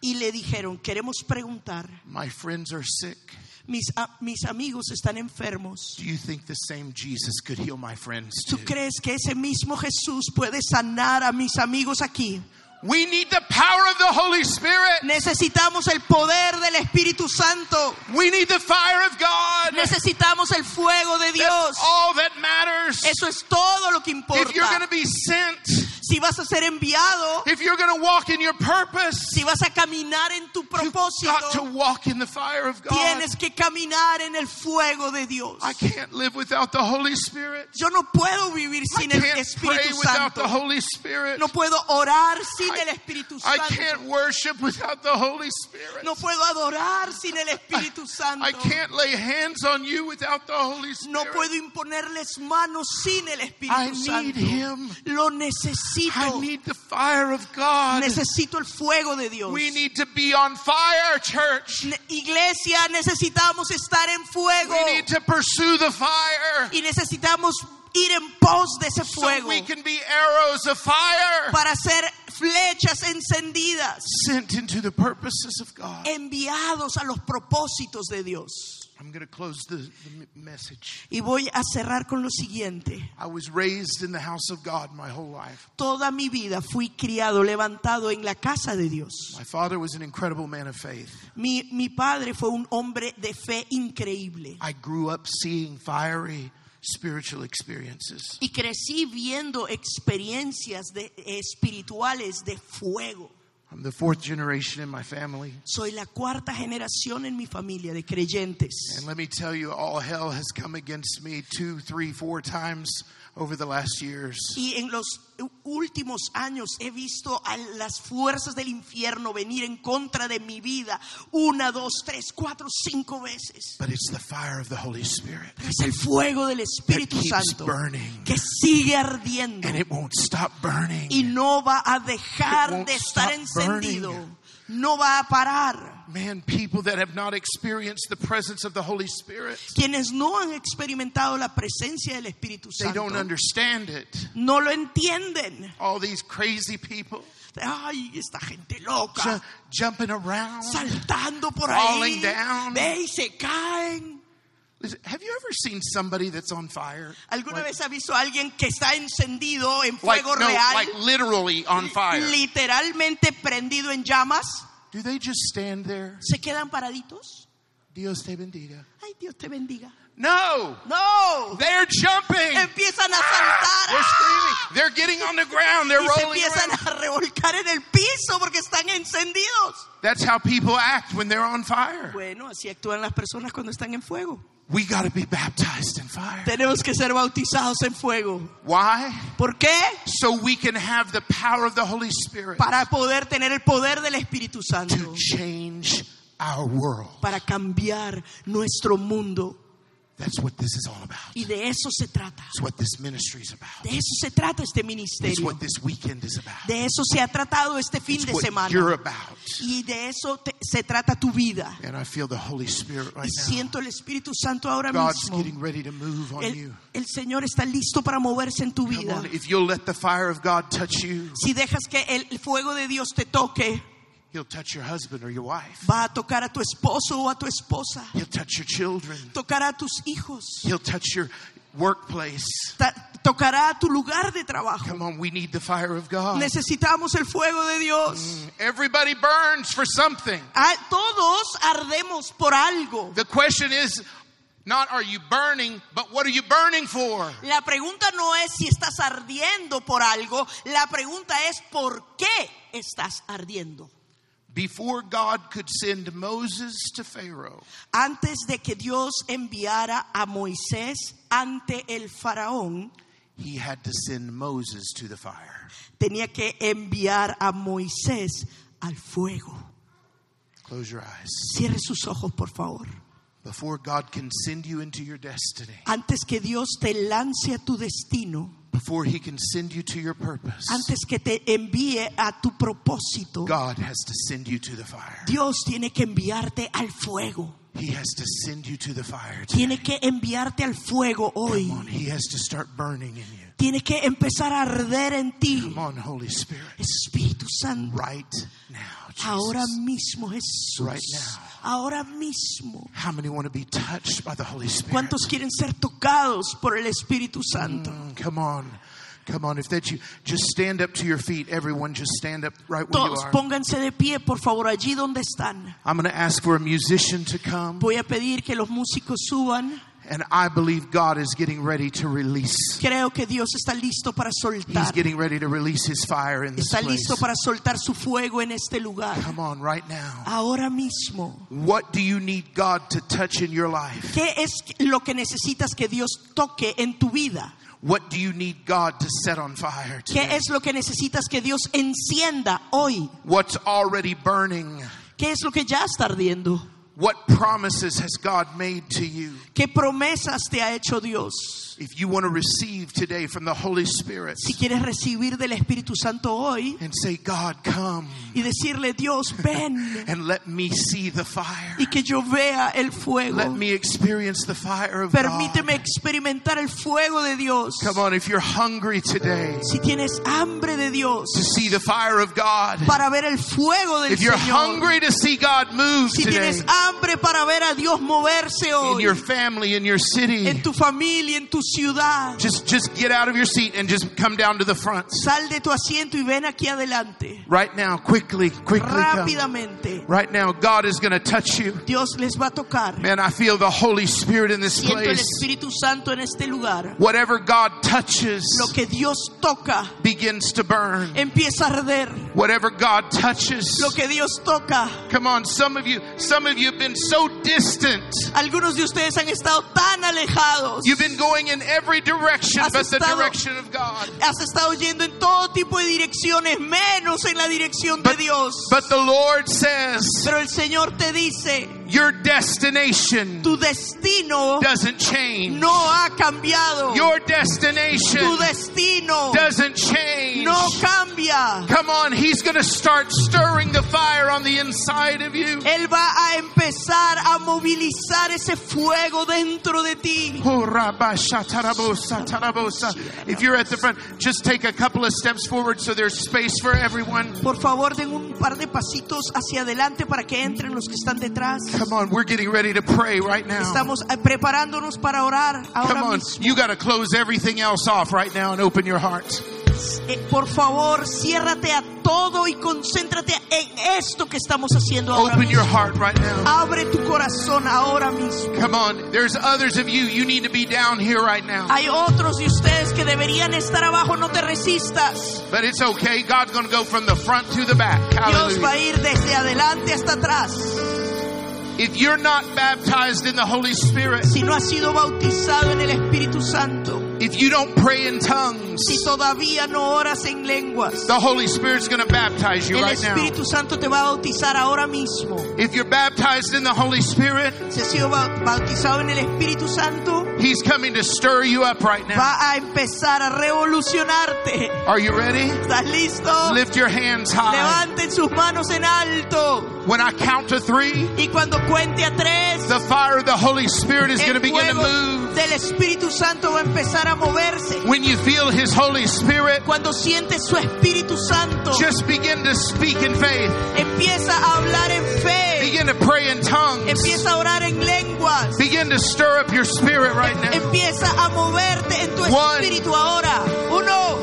[SPEAKER 3] y le dijeron, queremos preguntar,
[SPEAKER 2] My friends are sick.
[SPEAKER 3] mis, a- mis amigos están enfermos.
[SPEAKER 2] Do you think the same Jesus could heal my friends
[SPEAKER 3] ¿Tú
[SPEAKER 2] too?
[SPEAKER 3] crees que ese mismo Jesús puede sanar a mis amigos aquí?
[SPEAKER 2] We need the power of the Holy Spirit.
[SPEAKER 3] Necesitamos el poder del Espíritu Santo.
[SPEAKER 2] We need the fire of God.
[SPEAKER 3] Necesitamos el fuego de Dios.
[SPEAKER 2] That's all that matters.
[SPEAKER 3] Eso es todo lo que
[SPEAKER 2] If you're going to
[SPEAKER 3] importa.
[SPEAKER 2] be sent,
[SPEAKER 3] Si vas a ser enviado,
[SPEAKER 2] if you're going to walk in your purpose,
[SPEAKER 3] si vas a caminar en tu
[SPEAKER 2] you've got to
[SPEAKER 3] propósito,
[SPEAKER 2] walk in the fire of God.
[SPEAKER 3] tienes que caminar en el fuego de Dios.
[SPEAKER 2] I can't live without the Holy Spirit.
[SPEAKER 3] Yo no puedo vivir
[SPEAKER 2] I
[SPEAKER 3] sin el
[SPEAKER 2] can't pray
[SPEAKER 3] Espíritu
[SPEAKER 2] without the
[SPEAKER 3] Santo.
[SPEAKER 2] Holy Spirit.
[SPEAKER 3] No puedo orar sin
[SPEAKER 2] I-
[SPEAKER 3] el Espíritu
[SPEAKER 2] I
[SPEAKER 3] Santo.
[SPEAKER 2] can't worship without the Holy Spirit.
[SPEAKER 3] No puedo adorar sin el Espíritu
[SPEAKER 2] I
[SPEAKER 3] Santo.
[SPEAKER 2] can't lay hands on you without the Holy
[SPEAKER 3] No
[SPEAKER 2] Spirit.
[SPEAKER 3] puedo imponerles manos sin el
[SPEAKER 2] I
[SPEAKER 3] Espíritu
[SPEAKER 2] need
[SPEAKER 3] Santo.
[SPEAKER 2] Him.
[SPEAKER 3] Lo
[SPEAKER 2] I
[SPEAKER 3] necesito.
[SPEAKER 2] need the fire of God.
[SPEAKER 3] Necesito el fuego de Dios.
[SPEAKER 2] We need to be on fire, church.
[SPEAKER 3] Ne- Iglesia, necesitamos estar en fuego
[SPEAKER 2] We need to pursue the fire
[SPEAKER 3] y necesitamos ir en pos de ese
[SPEAKER 2] so
[SPEAKER 3] fuego
[SPEAKER 2] we can be arrows of fire
[SPEAKER 3] para ser flechas encendidas,
[SPEAKER 2] sent into the purposes of
[SPEAKER 3] Eh.
[SPEAKER 2] God.
[SPEAKER 3] enviados a los propósitos de Dios.
[SPEAKER 2] I'm going to close the, the m- message.
[SPEAKER 3] Y voy a cerrar con lo siguiente.
[SPEAKER 2] I was raised in the house of God my whole life.
[SPEAKER 3] Toda mi vida fui criado, levantado en la casa de Dios.
[SPEAKER 2] My father was an incredible man of faith.
[SPEAKER 3] Mi, mi padre fue un hombre de fe increíble.
[SPEAKER 2] I grew up seeing fiery spiritual experiences.
[SPEAKER 3] Y crecí viendo experiencias de- espirituales de fuego.
[SPEAKER 2] I'm the fourth generation in my family.
[SPEAKER 3] Soy la cuarta generación en mi familia de creyentes.
[SPEAKER 2] And let me tell you, all hell has come against me two, three, four times over the last years.
[SPEAKER 3] Y en los últimos años he visto a las fuerzas del infierno venir en contra de mi vida una, dos, tres, cuatro, cinco veces.
[SPEAKER 2] But it's the fire of the Holy Spirit
[SPEAKER 3] Es el fuego del
[SPEAKER 2] that
[SPEAKER 3] Espíritu
[SPEAKER 2] keeps
[SPEAKER 3] Santo
[SPEAKER 2] burning,
[SPEAKER 3] que sigue ardiendo
[SPEAKER 2] and it won't stop burning.
[SPEAKER 3] y no va a dejar
[SPEAKER 2] won't
[SPEAKER 3] de estar
[SPEAKER 2] stop burning.
[SPEAKER 3] encendido, no va a parar.
[SPEAKER 2] Man, people that have not experienced the presence of the Holy Spirit,
[SPEAKER 3] Quienes no han experimentado la presencia del Espíritu
[SPEAKER 2] they don't
[SPEAKER 3] Santo
[SPEAKER 2] understand it.
[SPEAKER 3] no lo entienden.
[SPEAKER 2] All these crazy people
[SPEAKER 3] Ay, esta gente
[SPEAKER 2] ju-
[SPEAKER 3] loca,
[SPEAKER 2] jumping around.
[SPEAKER 3] saltando por
[SPEAKER 2] Falling
[SPEAKER 3] ahí,
[SPEAKER 2] down.
[SPEAKER 3] ve y se caen.
[SPEAKER 2] Listen, Have you ever seen somebody that's on fire?
[SPEAKER 3] ¿Alguna
[SPEAKER 2] Like-
[SPEAKER 3] vez ha visto a alguien que está encendido en
[SPEAKER 2] like,
[SPEAKER 3] fuego
[SPEAKER 2] no,
[SPEAKER 3] real,
[SPEAKER 2] like literally on fire.
[SPEAKER 3] literalmente prendido en llamas?
[SPEAKER 2] Do they just stand there?
[SPEAKER 3] ¿Se quedan paraditos?
[SPEAKER 2] Dios te bendiga.
[SPEAKER 3] Ay, Dios te bendiga.
[SPEAKER 2] No,
[SPEAKER 3] No,
[SPEAKER 2] they're jumping.
[SPEAKER 3] empiezan a
[SPEAKER 2] They're
[SPEAKER 3] saltar
[SPEAKER 2] screaming. They're getting on the ground. Ah, They're
[SPEAKER 3] y se
[SPEAKER 2] rolling
[SPEAKER 3] empiezan
[SPEAKER 2] around.
[SPEAKER 3] a revolcar en el piso porque están encendidos.
[SPEAKER 2] That's how people act when they're on fire.
[SPEAKER 3] Bueno, así actúan las personas cuando están en fuego.
[SPEAKER 2] We got to be baptized in fire.
[SPEAKER 3] Tenemos que ser bautizados en fuego.
[SPEAKER 2] Why?
[SPEAKER 3] ¿Por qué?
[SPEAKER 2] So we can have the power of the Holy Spirit
[SPEAKER 3] Para poder tener el poder del Espíritu
[SPEAKER 2] to
[SPEAKER 3] Santo,
[SPEAKER 2] change our world.
[SPEAKER 3] para cambiar nuestro mundo.
[SPEAKER 2] That's what this is all about.
[SPEAKER 3] Y de eso se trata.
[SPEAKER 2] It's what this ministry is about.
[SPEAKER 3] De eso se trata este
[SPEAKER 2] It's
[SPEAKER 3] ministerio.
[SPEAKER 2] what this weekend is about.
[SPEAKER 3] De eso se ha tratado este fin
[SPEAKER 2] It's
[SPEAKER 3] de
[SPEAKER 2] what you're
[SPEAKER 3] semana.
[SPEAKER 2] about.
[SPEAKER 3] Y de eso te- se trata tu vida.
[SPEAKER 2] And I feel the Holy Spirit right
[SPEAKER 3] Y
[SPEAKER 2] now.
[SPEAKER 3] siento el Espíritu Santo ahora
[SPEAKER 2] God's
[SPEAKER 3] mismo.
[SPEAKER 2] getting ready to move on you.
[SPEAKER 3] El, el Señor está listo para moverse en tu
[SPEAKER 2] Come
[SPEAKER 3] vida.
[SPEAKER 2] on, if you'll let the fire of God touch you,
[SPEAKER 3] Si dejas que el fuego de Dios te toque,
[SPEAKER 2] He'll touch your husband or your wife.
[SPEAKER 3] va a tocar a tu esposo o a tu esposa,
[SPEAKER 2] He'll touch your children.
[SPEAKER 3] tocará a tus hijos,
[SPEAKER 2] He'll touch your workplace.
[SPEAKER 3] ta- tocará a tu lugar de trabajo.
[SPEAKER 2] Come on, we need the fire of
[SPEAKER 3] Oh.
[SPEAKER 2] God.
[SPEAKER 3] Necesitamos el fuego de Dios.
[SPEAKER 2] Everybody burns for something.
[SPEAKER 3] Mm. Ah, todos ardemos por algo.
[SPEAKER 2] The question is not are you burning, but what are you burning for?
[SPEAKER 3] La pregunta no es si estás ardiendo por algo, la pregunta es por qué estás ardiendo.
[SPEAKER 2] Before God could send Moses to Pharaoh,
[SPEAKER 3] Antes de que Dios enviara a Moisés ante el faraón,
[SPEAKER 2] he had to send Moses to the fire.
[SPEAKER 3] tenía que enviar a Moisés al fuego.
[SPEAKER 2] Close your eyes.
[SPEAKER 3] Cierre sus ojos, por favor.
[SPEAKER 2] Before God can send you into your destiny,
[SPEAKER 3] Antes que Dios te lance a tu destino,
[SPEAKER 2] before he can send you to your purpose,
[SPEAKER 3] antes que te envíe a tu propósito,
[SPEAKER 2] God has to send you to the fire.
[SPEAKER 3] Dios tiene que enviarte al fuego.
[SPEAKER 2] He has to send you to the fire.
[SPEAKER 3] Tiene que enviarte al fuego hoy.
[SPEAKER 2] Come on, he has to start burning in you.
[SPEAKER 3] Tiene que empezar a arder en ti.
[SPEAKER 2] Come on, Holy Spirit.
[SPEAKER 3] Espíritu Santo,
[SPEAKER 2] Right now, Jesus.
[SPEAKER 3] ahora mismo Jesús.
[SPEAKER 2] Right now.
[SPEAKER 3] Ahora mismo.
[SPEAKER 2] How many want to be touched by the Holy Spirit?
[SPEAKER 3] ¿Cuántos quieren ser tocados por el Espíritu Santo?
[SPEAKER 2] Mm, Come on. Come on. If that's you, just stand up to your feet. Everyone, just stand up right where you
[SPEAKER 3] Todos
[SPEAKER 2] are.
[SPEAKER 3] pónganse de pie, por favor, allí donde están.
[SPEAKER 2] I'm going to ask for a musician to come,
[SPEAKER 3] Voy a pedir que los músicos suban.
[SPEAKER 2] and I believe God is getting ready to release.
[SPEAKER 3] Creo que Dios está listo para
[SPEAKER 2] He's
[SPEAKER 3] soltar.
[SPEAKER 2] getting ready to release His fire in this
[SPEAKER 3] Está
[SPEAKER 2] place.
[SPEAKER 3] listo para soltar su fuego en este lugar.
[SPEAKER 2] Come on, right now.
[SPEAKER 3] Ahora mismo.
[SPEAKER 2] What do you need God to touch in your life?
[SPEAKER 3] ¿Qué es lo que necesitas que Dios toque en tu vida?
[SPEAKER 2] What do you need God to set on fire? Today?
[SPEAKER 3] ¿Qué es lo que necesitas que Dios encienda hoy?
[SPEAKER 2] What's already burning?
[SPEAKER 3] ¿Qué es lo que ya está ardiendo?
[SPEAKER 2] What promises has God made to you?
[SPEAKER 3] ¿Qué promesas te ha hecho Dios?
[SPEAKER 2] If you want to receive today from the Holy Spirit
[SPEAKER 3] Si quieres recibir del Espíritu Santo hoy
[SPEAKER 2] and say, God, come
[SPEAKER 3] y decirle, Dios, ven
[SPEAKER 2] and let me see the fire.
[SPEAKER 3] y que yo vea el fuego.
[SPEAKER 2] Let me experience the fire of
[SPEAKER 3] Permíteme
[SPEAKER 2] God.
[SPEAKER 3] experimentar el fuego de Dios.
[SPEAKER 2] Come on, if you're hungry today
[SPEAKER 3] Si tienes hambre de Dios
[SPEAKER 2] to see the fire of God,
[SPEAKER 3] para ver el fuego del
[SPEAKER 2] if you're
[SPEAKER 3] Señor.
[SPEAKER 2] hungry to see God move
[SPEAKER 3] Si
[SPEAKER 2] today
[SPEAKER 3] tienes hambre para ver a Dios moverse
[SPEAKER 2] in
[SPEAKER 3] hoy
[SPEAKER 2] your family, in your
[SPEAKER 3] en
[SPEAKER 2] city,
[SPEAKER 3] tu familia, en tu ciudad.
[SPEAKER 2] just, just get out of your seat and just come down to the front.
[SPEAKER 3] Sal de tu asiento y ven aquí adelante.
[SPEAKER 2] Right now, quickly, quickly come.
[SPEAKER 3] Rápidamente.
[SPEAKER 2] Right now, God is going to touch you.
[SPEAKER 3] Dios les va a tocar.
[SPEAKER 2] Man, I feel the Holy Spirit in this
[SPEAKER 3] Siento el
[SPEAKER 2] place.
[SPEAKER 3] Espíritu Santo en este lugar.
[SPEAKER 2] Whatever God touches
[SPEAKER 3] Lo que Dios toca
[SPEAKER 2] begins to burn.
[SPEAKER 3] empieza a arder.
[SPEAKER 2] Whatever God touches.
[SPEAKER 3] Lo que Dios toca.
[SPEAKER 2] Come on, some of you, some of you have been so distant.
[SPEAKER 3] Algunos de ustedes han estado tan alejados.
[SPEAKER 2] You've been going in every direction
[SPEAKER 3] Has
[SPEAKER 2] but the
[SPEAKER 3] estado-
[SPEAKER 2] direction of God.
[SPEAKER 3] Has estado yendo en todo tipo de direcciones, menos en la dirección de Dios.
[SPEAKER 2] But the Lord says,
[SPEAKER 3] Pero el Señor te dice,
[SPEAKER 2] Your destination
[SPEAKER 3] Tu destino
[SPEAKER 2] doesn't change.
[SPEAKER 3] no ha cambiado.
[SPEAKER 2] Your
[SPEAKER 3] Tu
[SPEAKER 2] destination
[SPEAKER 3] destino
[SPEAKER 2] doesn't change.
[SPEAKER 3] no cambia.
[SPEAKER 2] Come on, he's going to start stirring the fire on the inside of you.
[SPEAKER 3] Él va a empezar a movilizar ese fuego dentro de ti.
[SPEAKER 2] Oh, Rabba, Shatarabosa, Tarabosa. If you're at the front, just take a couple of steps forward so there's space for everyone.
[SPEAKER 3] Por favor, den un par de pasitos hacia adelante para que entren los que están detrás.
[SPEAKER 2] Come on, we're getting ready to pray right now.
[SPEAKER 3] Estamos eh, preparándonos para orar
[SPEAKER 2] Come
[SPEAKER 3] ahora
[SPEAKER 2] on,
[SPEAKER 3] mismo.
[SPEAKER 2] you got to close everything else off right now and open your heart.
[SPEAKER 3] Eh, por favor, ciérrate a todo y concéntrate en esto que estamos haciendo ahora
[SPEAKER 2] Open your
[SPEAKER 3] mismo.
[SPEAKER 2] heart right now.
[SPEAKER 3] Abre tu corazón ahora mismo.
[SPEAKER 2] Come on, there's others of you, you need to be down here right now.
[SPEAKER 3] Hay otros de ustedes que deberían estar abajo, no te resistas.
[SPEAKER 2] But it's okay, God's going to go from the front to the back.
[SPEAKER 3] Dios
[SPEAKER 2] Hallelujah.
[SPEAKER 3] va a ir desde adelante hasta atrás.
[SPEAKER 2] If you're not baptized in the Holy Spirit,
[SPEAKER 3] Si no has sido bautizado en el Espíritu Santo,
[SPEAKER 2] if you don't pray in tongues,
[SPEAKER 3] si todavía no oras en lenguas,
[SPEAKER 2] the Holy Spirit's going to baptize you
[SPEAKER 3] el
[SPEAKER 2] right now.
[SPEAKER 3] Espíritu Santo te va a bautizar ahora mismo.
[SPEAKER 2] If you're baptized in the Holy Spirit,
[SPEAKER 3] Si has sido bau- bautizado en el Espíritu Santo,
[SPEAKER 2] He's coming to stir you up right now.
[SPEAKER 3] va a empezar a revolucionarte.
[SPEAKER 2] Are you ready?
[SPEAKER 3] ¿Estás listo?
[SPEAKER 2] Lift your hands high.
[SPEAKER 3] Levanten sus manos en alto.
[SPEAKER 2] When I count to three,
[SPEAKER 3] Y cuando cuente a tres,
[SPEAKER 2] the fire of the Holy Spirit is going to
[SPEAKER 3] el
[SPEAKER 2] begin to
[SPEAKER 3] fuego
[SPEAKER 2] move.
[SPEAKER 3] del Espíritu Santo va a empezar a moverse.
[SPEAKER 2] When you feel His Holy Spirit,
[SPEAKER 3] Cuando sientes su Espíritu Santo,
[SPEAKER 2] just begin to speak in faith.
[SPEAKER 3] empieza a hablar en fe,
[SPEAKER 2] Begin to pray in tongues.
[SPEAKER 3] empieza a orar en lenguas,
[SPEAKER 2] Begin to stir up your spirit right now.
[SPEAKER 3] empieza a moverte en tu
[SPEAKER 2] One.
[SPEAKER 3] espíritu ahora. Uno,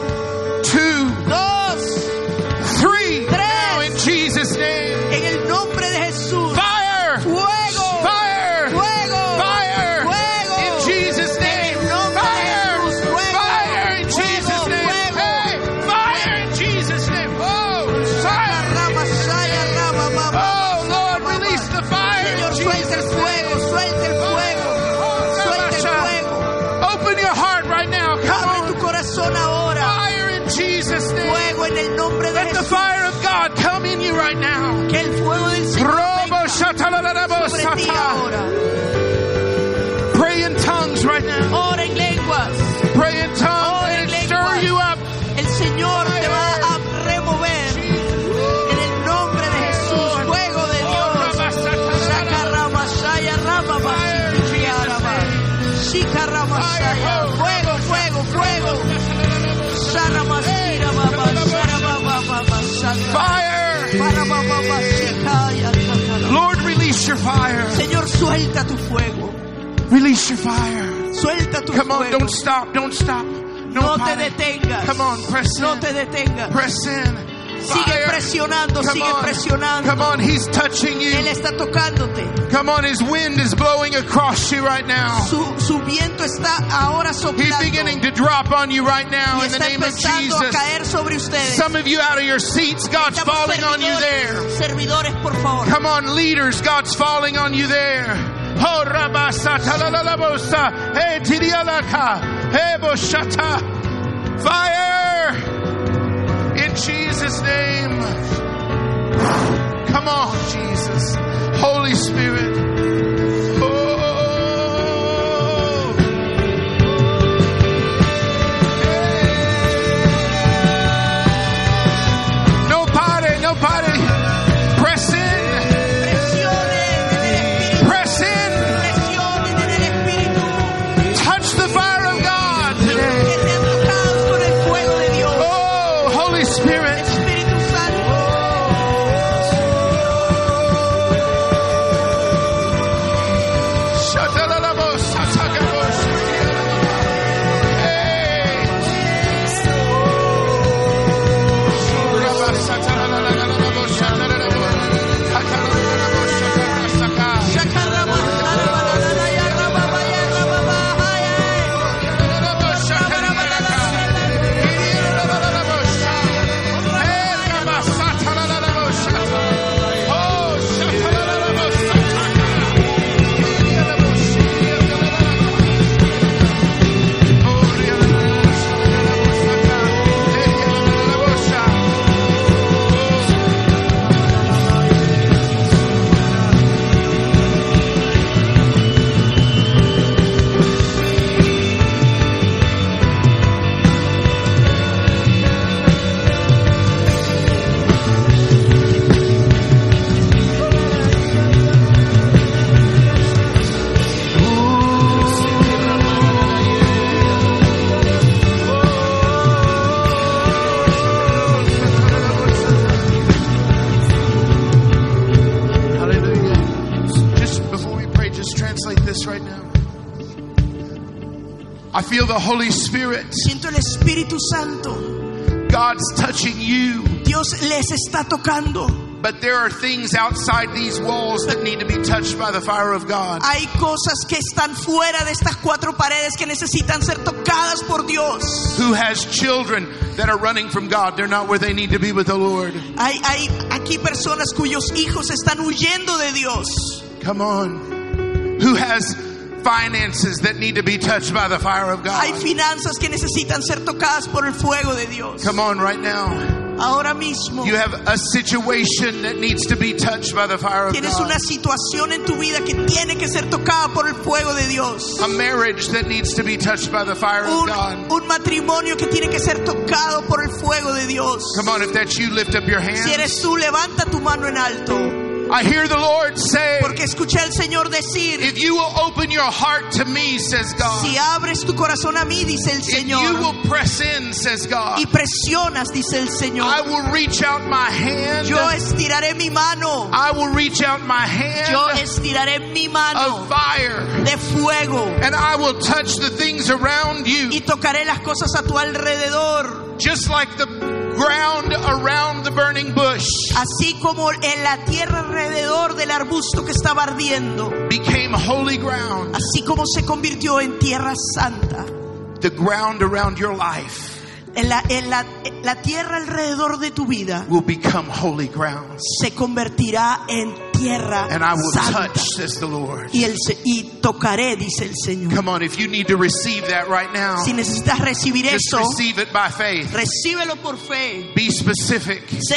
[SPEAKER 2] Two,
[SPEAKER 3] dos,
[SPEAKER 2] three. Now in
[SPEAKER 3] Tres.
[SPEAKER 2] Jesus' name.
[SPEAKER 3] en el nombre de Jesús.
[SPEAKER 2] Fire!
[SPEAKER 3] Fuego.
[SPEAKER 2] Fire!
[SPEAKER 3] Fuego.
[SPEAKER 2] Fire!
[SPEAKER 3] Fuego.
[SPEAKER 2] In Jesus' name!
[SPEAKER 3] En el nombre de
[SPEAKER 2] Fire!
[SPEAKER 3] Jesús. Fuego.
[SPEAKER 2] Fire in
[SPEAKER 3] Fuego.
[SPEAKER 2] Jesus' name!
[SPEAKER 3] Fuego.
[SPEAKER 2] Hey! Fire in Jesus' name! Oh! Fire!
[SPEAKER 3] Rama, saya, rama, mama,
[SPEAKER 2] Oh, Lord,
[SPEAKER 3] mama.
[SPEAKER 2] release the fire in
[SPEAKER 3] Señor, suelta el
[SPEAKER 2] Jesus' name!
[SPEAKER 3] fuego, suelta el fuego,
[SPEAKER 2] Oh,
[SPEAKER 3] suelta el fuego.
[SPEAKER 2] Rabasha, Open your heart right now. Come
[SPEAKER 3] Abre
[SPEAKER 2] on.
[SPEAKER 3] tu corazón ahora.
[SPEAKER 2] Fire in Jesus' name.
[SPEAKER 3] Fuego en el nombre de
[SPEAKER 2] Let the
[SPEAKER 3] Jesús.
[SPEAKER 2] fire of God come in you right now.
[SPEAKER 3] Que el fuego del Señor
[SPEAKER 2] Robo
[SPEAKER 3] venga sobre ti
[SPEAKER 2] shatalalaboshata.
[SPEAKER 3] ahora.
[SPEAKER 2] Pray in tongues right now.
[SPEAKER 3] Ora en lenguas.
[SPEAKER 2] Pray in tongues.
[SPEAKER 3] Ora en
[SPEAKER 2] Let it stir
[SPEAKER 3] lenguas.
[SPEAKER 2] you up.
[SPEAKER 3] El Señor te va a remover en el nombre de Jesús. Fuego de Dios. Saca ramasaya, ramamasi, chiarama. Shika ramasaya. Fuego, fuego, fuego. Sharamasira, mama, sharababa, mama, shaka.
[SPEAKER 2] Fire!
[SPEAKER 3] Parababa, shika, ya, shaka.
[SPEAKER 2] Lord, release your fire.
[SPEAKER 3] Señor, suelta tu fuego.
[SPEAKER 2] Release your fire.
[SPEAKER 3] Suelta tu
[SPEAKER 2] Come on,
[SPEAKER 3] fuego.
[SPEAKER 2] don't stop, don't stop. No,
[SPEAKER 3] No te
[SPEAKER 2] pare.
[SPEAKER 3] detengas.
[SPEAKER 2] Come on, press
[SPEAKER 3] No
[SPEAKER 2] in.
[SPEAKER 3] te detengas.
[SPEAKER 2] Press in.
[SPEAKER 3] Sigue
[SPEAKER 2] Fire.
[SPEAKER 3] presionando,
[SPEAKER 2] Come
[SPEAKER 3] sigue
[SPEAKER 2] on.
[SPEAKER 3] presionando.
[SPEAKER 2] Come on, he's touching
[SPEAKER 3] Él
[SPEAKER 2] you.
[SPEAKER 3] está tocándote.
[SPEAKER 2] Come on, his wind is blowing across you right now.
[SPEAKER 3] Su, su viento está ahora
[SPEAKER 2] He's
[SPEAKER 3] soplando.
[SPEAKER 2] beginning to drop on you right now
[SPEAKER 3] y
[SPEAKER 2] in the
[SPEAKER 3] está
[SPEAKER 2] name of
[SPEAKER 3] empezando a
[SPEAKER 2] Jesus.
[SPEAKER 3] caer sobre ustedes.
[SPEAKER 2] Some of you out of your seats, God's
[SPEAKER 3] Estamos
[SPEAKER 2] falling on you there.
[SPEAKER 3] servidores, servidores, por favor.
[SPEAKER 2] Come on, leaders, God's falling on you there. Oh, rabasa, talalalabosa, eh, tidialaka, eh, boshata. Fire! In Jesus' name. Come on, Jesus. Holy Spirit. Oh. Yeah. No party, no party. Press in.
[SPEAKER 3] Presionen en el Espíritu.
[SPEAKER 2] Press in.
[SPEAKER 3] Presionen en el Espíritu.
[SPEAKER 2] Touch the fire of God
[SPEAKER 3] Que
[SPEAKER 2] today.
[SPEAKER 3] sean tocados con el fuego de Dios.
[SPEAKER 2] Oh, Holy Spirit.
[SPEAKER 3] Espíritu Santo.
[SPEAKER 2] feel the Holy Spirit.
[SPEAKER 3] Siento el Espíritu Santo.
[SPEAKER 2] God's touching you.
[SPEAKER 3] Dios les está tocando.
[SPEAKER 2] But there are things outside these walls that need to be touched by the fire of God.
[SPEAKER 3] Hay cosas que están fuera de estas cuatro paredes que necesitan ser tocadas por Dios.
[SPEAKER 2] Who has children that are running from God? They're not where they need to be with the Lord.
[SPEAKER 3] Hay, hay aquí personas cuyos hijos están huyendo de Dios.
[SPEAKER 2] Come on. Who has finances that need to be touched by the fire of
[SPEAKER 3] Hay
[SPEAKER 2] God?
[SPEAKER 3] finanzas que necesitan ser tocadas por el fuego de Dios.
[SPEAKER 2] Come on, right now.
[SPEAKER 3] Ahora mismo
[SPEAKER 2] You have a situation that needs to be touched by the fire of
[SPEAKER 3] tienes una
[SPEAKER 2] God.
[SPEAKER 3] situación en tu vida que tiene que ser tocada por el fuego de Dios.
[SPEAKER 2] A marriage that needs to be touched by the fire of
[SPEAKER 3] Un,
[SPEAKER 2] God.
[SPEAKER 3] un matrimonio que tiene que ser tocado por el fuego de Dios.
[SPEAKER 2] Come on, if that's you, lift up your
[SPEAKER 3] Si
[SPEAKER 2] hands.
[SPEAKER 3] eres tú, levanta tu mano en alto.
[SPEAKER 2] I hear the Lord say,
[SPEAKER 3] Porque escuché al Señor decir,
[SPEAKER 2] If you will open your heart to me, says
[SPEAKER 3] si
[SPEAKER 2] God.
[SPEAKER 3] abres tu corazón a mí, dice el
[SPEAKER 2] If you
[SPEAKER 3] Señor,
[SPEAKER 2] will press in, says God.
[SPEAKER 3] y presionas, dice el
[SPEAKER 2] I
[SPEAKER 3] Señor,
[SPEAKER 2] will reach out my hand.
[SPEAKER 3] yo estiraré mi mano,
[SPEAKER 2] I will reach out my hand
[SPEAKER 3] yo estiraré mi
[SPEAKER 2] of
[SPEAKER 3] mano
[SPEAKER 2] fire.
[SPEAKER 3] de fuego
[SPEAKER 2] And I will touch the things around
[SPEAKER 3] y
[SPEAKER 2] you.
[SPEAKER 3] tocaré las cosas a tu alrededor,
[SPEAKER 2] Just like the ground around the burning bush
[SPEAKER 3] así como en la tierra alrededor del arbusto que estaba ardiendo,
[SPEAKER 2] became holy ground.
[SPEAKER 3] así como se convirtió en tierra santa.
[SPEAKER 2] The ground around your life
[SPEAKER 3] En la, en la, en la tierra alrededor de tu vida
[SPEAKER 2] will become holy ground.
[SPEAKER 3] se convertirá en tierra
[SPEAKER 2] And I will
[SPEAKER 3] santa.
[SPEAKER 2] touch, says the Lord.
[SPEAKER 3] Y, el, se- y tocaré, dice el Señor.
[SPEAKER 2] Come on, if you need to receive that right now,
[SPEAKER 3] Si necesitas recibir
[SPEAKER 2] just
[SPEAKER 3] eso,
[SPEAKER 2] receive it by faith.
[SPEAKER 3] recíbelo por fe.
[SPEAKER 2] Be specific.
[SPEAKER 3] Sé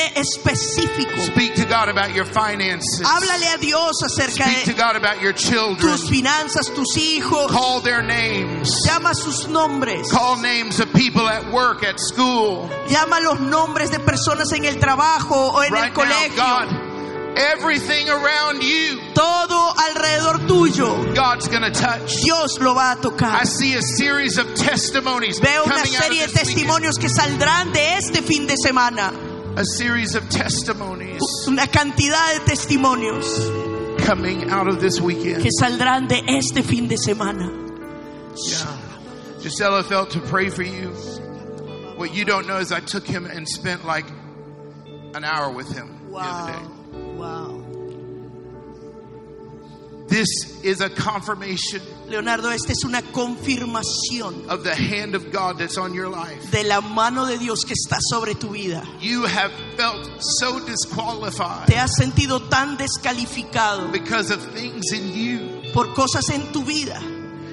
[SPEAKER 3] específico.
[SPEAKER 2] Speak to God about your finances.
[SPEAKER 3] Háblale a Dios acerca
[SPEAKER 2] Speak to
[SPEAKER 3] de
[SPEAKER 2] God about your children.
[SPEAKER 3] tus finanzas, tus hijos.
[SPEAKER 2] Call their names.
[SPEAKER 3] Llama sus nombres.
[SPEAKER 2] Call names of people at work, at school.
[SPEAKER 3] Llama los nombres de personas en el trabajo o en el
[SPEAKER 2] Right now,
[SPEAKER 3] colegio.
[SPEAKER 2] God, everything around you,
[SPEAKER 3] Todo alrededor tuyo,
[SPEAKER 2] God's going to touch.
[SPEAKER 3] Dios lo va a
[SPEAKER 2] I
[SPEAKER 3] tocar.
[SPEAKER 2] see a series of testimonies
[SPEAKER 3] Veo una
[SPEAKER 2] coming out of
[SPEAKER 3] serie de
[SPEAKER 2] this weekend.
[SPEAKER 3] testimonios que saldrán de este fin de semana.
[SPEAKER 2] A series of testimonies
[SPEAKER 3] Una cantidad de testimonios
[SPEAKER 2] coming out of this weekend.
[SPEAKER 3] que saldrán de este fin de semana.
[SPEAKER 2] Yeah. Gisela felt to pray for you. What you don't know is I took him and spent like an hour with him the other day.
[SPEAKER 3] wow.
[SPEAKER 2] This is a confirmation
[SPEAKER 3] Leonardo, esta es una confirmación
[SPEAKER 2] of the hand of God that's on your life.
[SPEAKER 3] de la mano de Dios que está sobre tu vida.
[SPEAKER 2] You have felt so disqualified
[SPEAKER 3] Te has sentido tan descalificado
[SPEAKER 2] because of things in you.
[SPEAKER 3] por cosas en tu vida.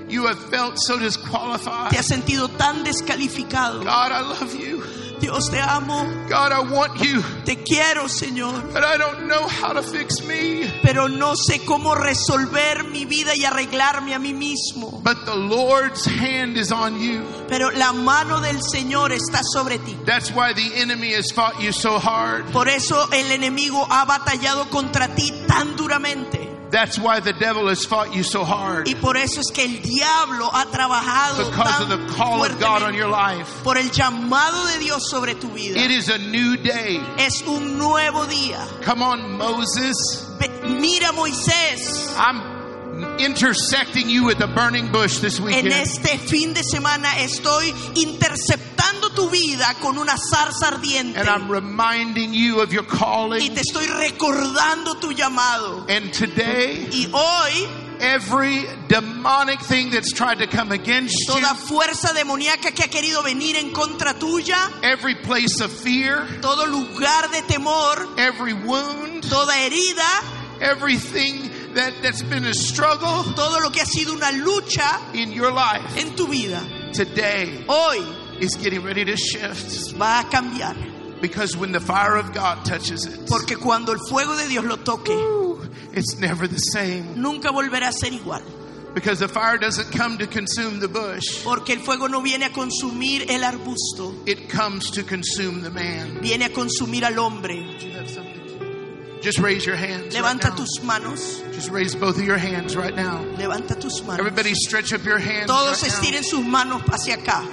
[SPEAKER 2] You have felt so
[SPEAKER 3] Te
[SPEAKER 2] disqualified.
[SPEAKER 3] has sentido tan descalificado.
[SPEAKER 2] God, I love you.
[SPEAKER 3] Dios te amo,
[SPEAKER 2] God, I want you,
[SPEAKER 3] te quiero, Señor,
[SPEAKER 2] but I don't know how to fix me.
[SPEAKER 3] pero no sé cómo resolver mi vida y arreglarme a mí mismo.
[SPEAKER 2] But the Lord's hand is on you.
[SPEAKER 3] Pero la mano del Señor está sobre ti.
[SPEAKER 2] That's why the enemy has fought you so hard.
[SPEAKER 3] Por eso el enemigo ha batallado contra ti tan duramente.
[SPEAKER 2] That's why the devil has fought you so hard.
[SPEAKER 3] Y por eso es que el diablo ha trabajado
[SPEAKER 2] Because of
[SPEAKER 3] tan
[SPEAKER 2] the call of God on
[SPEAKER 3] fuertemente
[SPEAKER 2] your life.
[SPEAKER 3] por el llamado de Dios sobre tu vida.
[SPEAKER 2] It is a new day.
[SPEAKER 3] Es un nuevo día.
[SPEAKER 2] Come on, Moses.
[SPEAKER 3] Ve- mira Moisés.
[SPEAKER 2] I'm intersecting you with a burning bush this
[SPEAKER 3] En
[SPEAKER 2] weekend.
[SPEAKER 3] este fin de semana estoy interceptando tu vida con una zarza ardiente
[SPEAKER 2] And I'm reminding you of your
[SPEAKER 3] y
[SPEAKER 2] calling.
[SPEAKER 3] te estoy recordando tu llamado.
[SPEAKER 2] And today,
[SPEAKER 3] Y hoy
[SPEAKER 2] every demonic thing that's tried to come against you,
[SPEAKER 3] toda fuerza demoníaca que ha querido venir en contra tuya,
[SPEAKER 2] every place of fear,
[SPEAKER 3] todo lugar de temor,
[SPEAKER 2] every wound,
[SPEAKER 3] toda herida,
[SPEAKER 2] everything that, that's been a struggle
[SPEAKER 3] todo lo que ha sido una lucha
[SPEAKER 2] in your life,
[SPEAKER 3] en tu vida,
[SPEAKER 2] today
[SPEAKER 3] hoy
[SPEAKER 2] is getting ready to shift.
[SPEAKER 3] va a cambiar.
[SPEAKER 2] Because when the fire of God touches it,
[SPEAKER 3] Porque cuando el fuego de Dios lo toque,
[SPEAKER 2] it's never the same.
[SPEAKER 3] nunca volverá a ser igual.
[SPEAKER 2] Because the fire doesn't come to consume the bush.
[SPEAKER 3] Porque el fuego no viene a consumir el arbusto,
[SPEAKER 2] it comes to consume the man.
[SPEAKER 3] viene a consumir al hombre.
[SPEAKER 2] Just raise your hands.
[SPEAKER 3] Levanta
[SPEAKER 2] right now.
[SPEAKER 3] tus manos,
[SPEAKER 2] Just raise both of your hands right now.
[SPEAKER 3] levanta tus manos.
[SPEAKER 2] Everybody stretch up your hands.
[SPEAKER 3] Todos
[SPEAKER 2] right now.
[SPEAKER 3] estiren sus manos hacia acá.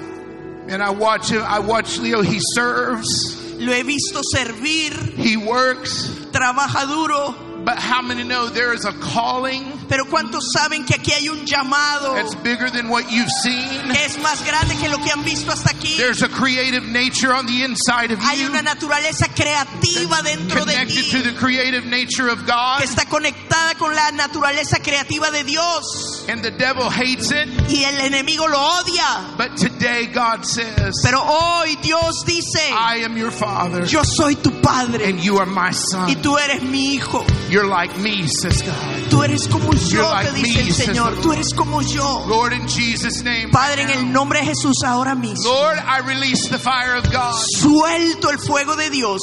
[SPEAKER 2] And I watch him. I watch Leo. He serves.
[SPEAKER 3] Lo he visto servir,
[SPEAKER 2] He works.
[SPEAKER 3] trabaja duro,
[SPEAKER 2] But how many know there is a calling
[SPEAKER 3] Pero ¿cuántos saben que aquí hay un llamado
[SPEAKER 2] that's bigger than what you've seen?
[SPEAKER 3] que es más grande que lo que han visto hasta aquí?
[SPEAKER 2] There's a creative nature on the inside of
[SPEAKER 3] Hay
[SPEAKER 2] you,
[SPEAKER 3] una naturaleza creativa dentro de
[SPEAKER 2] connected to
[SPEAKER 3] ti
[SPEAKER 2] the creative nature of God,
[SPEAKER 3] que está conectada con la naturaleza creativa de Dios
[SPEAKER 2] and the devil hates it.
[SPEAKER 3] y el enemigo lo odia.
[SPEAKER 2] But today God says,
[SPEAKER 3] Pero hoy Dios dice,
[SPEAKER 2] I am your father,
[SPEAKER 3] yo soy tu padre
[SPEAKER 2] and you are my
[SPEAKER 3] y
[SPEAKER 2] son.
[SPEAKER 3] tú eres mi hijo.
[SPEAKER 2] You're like me, says God.
[SPEAKER 3] Tú eres como
[SPEAKER 2] You're
[SPEAKER 3] yo, te
[SPEAKER 2] like
[SPEAKER 3] dice
[SPEAKER 2] me,
[SPEAKER 3] el
[SPEAKER 2] says the
[SPEAKER 3] Señor.
[SPEAKER 2] Lord.
[SPEAKER 3] Tú eres como yo.
[SPEAKER 2] Lord, in Jesus' name.
[SPEAKER 3] Padre, en
[SPEAKER 2] right
[SPEAKER 3] el
[SPEAKER 2] now.
[SPEAKER 3] nombre de Jesús ahora mismo,
[SPEAKER 2] Lord, I release the fire of God.
[SPEAKER 3] suelto el fuego de Dios.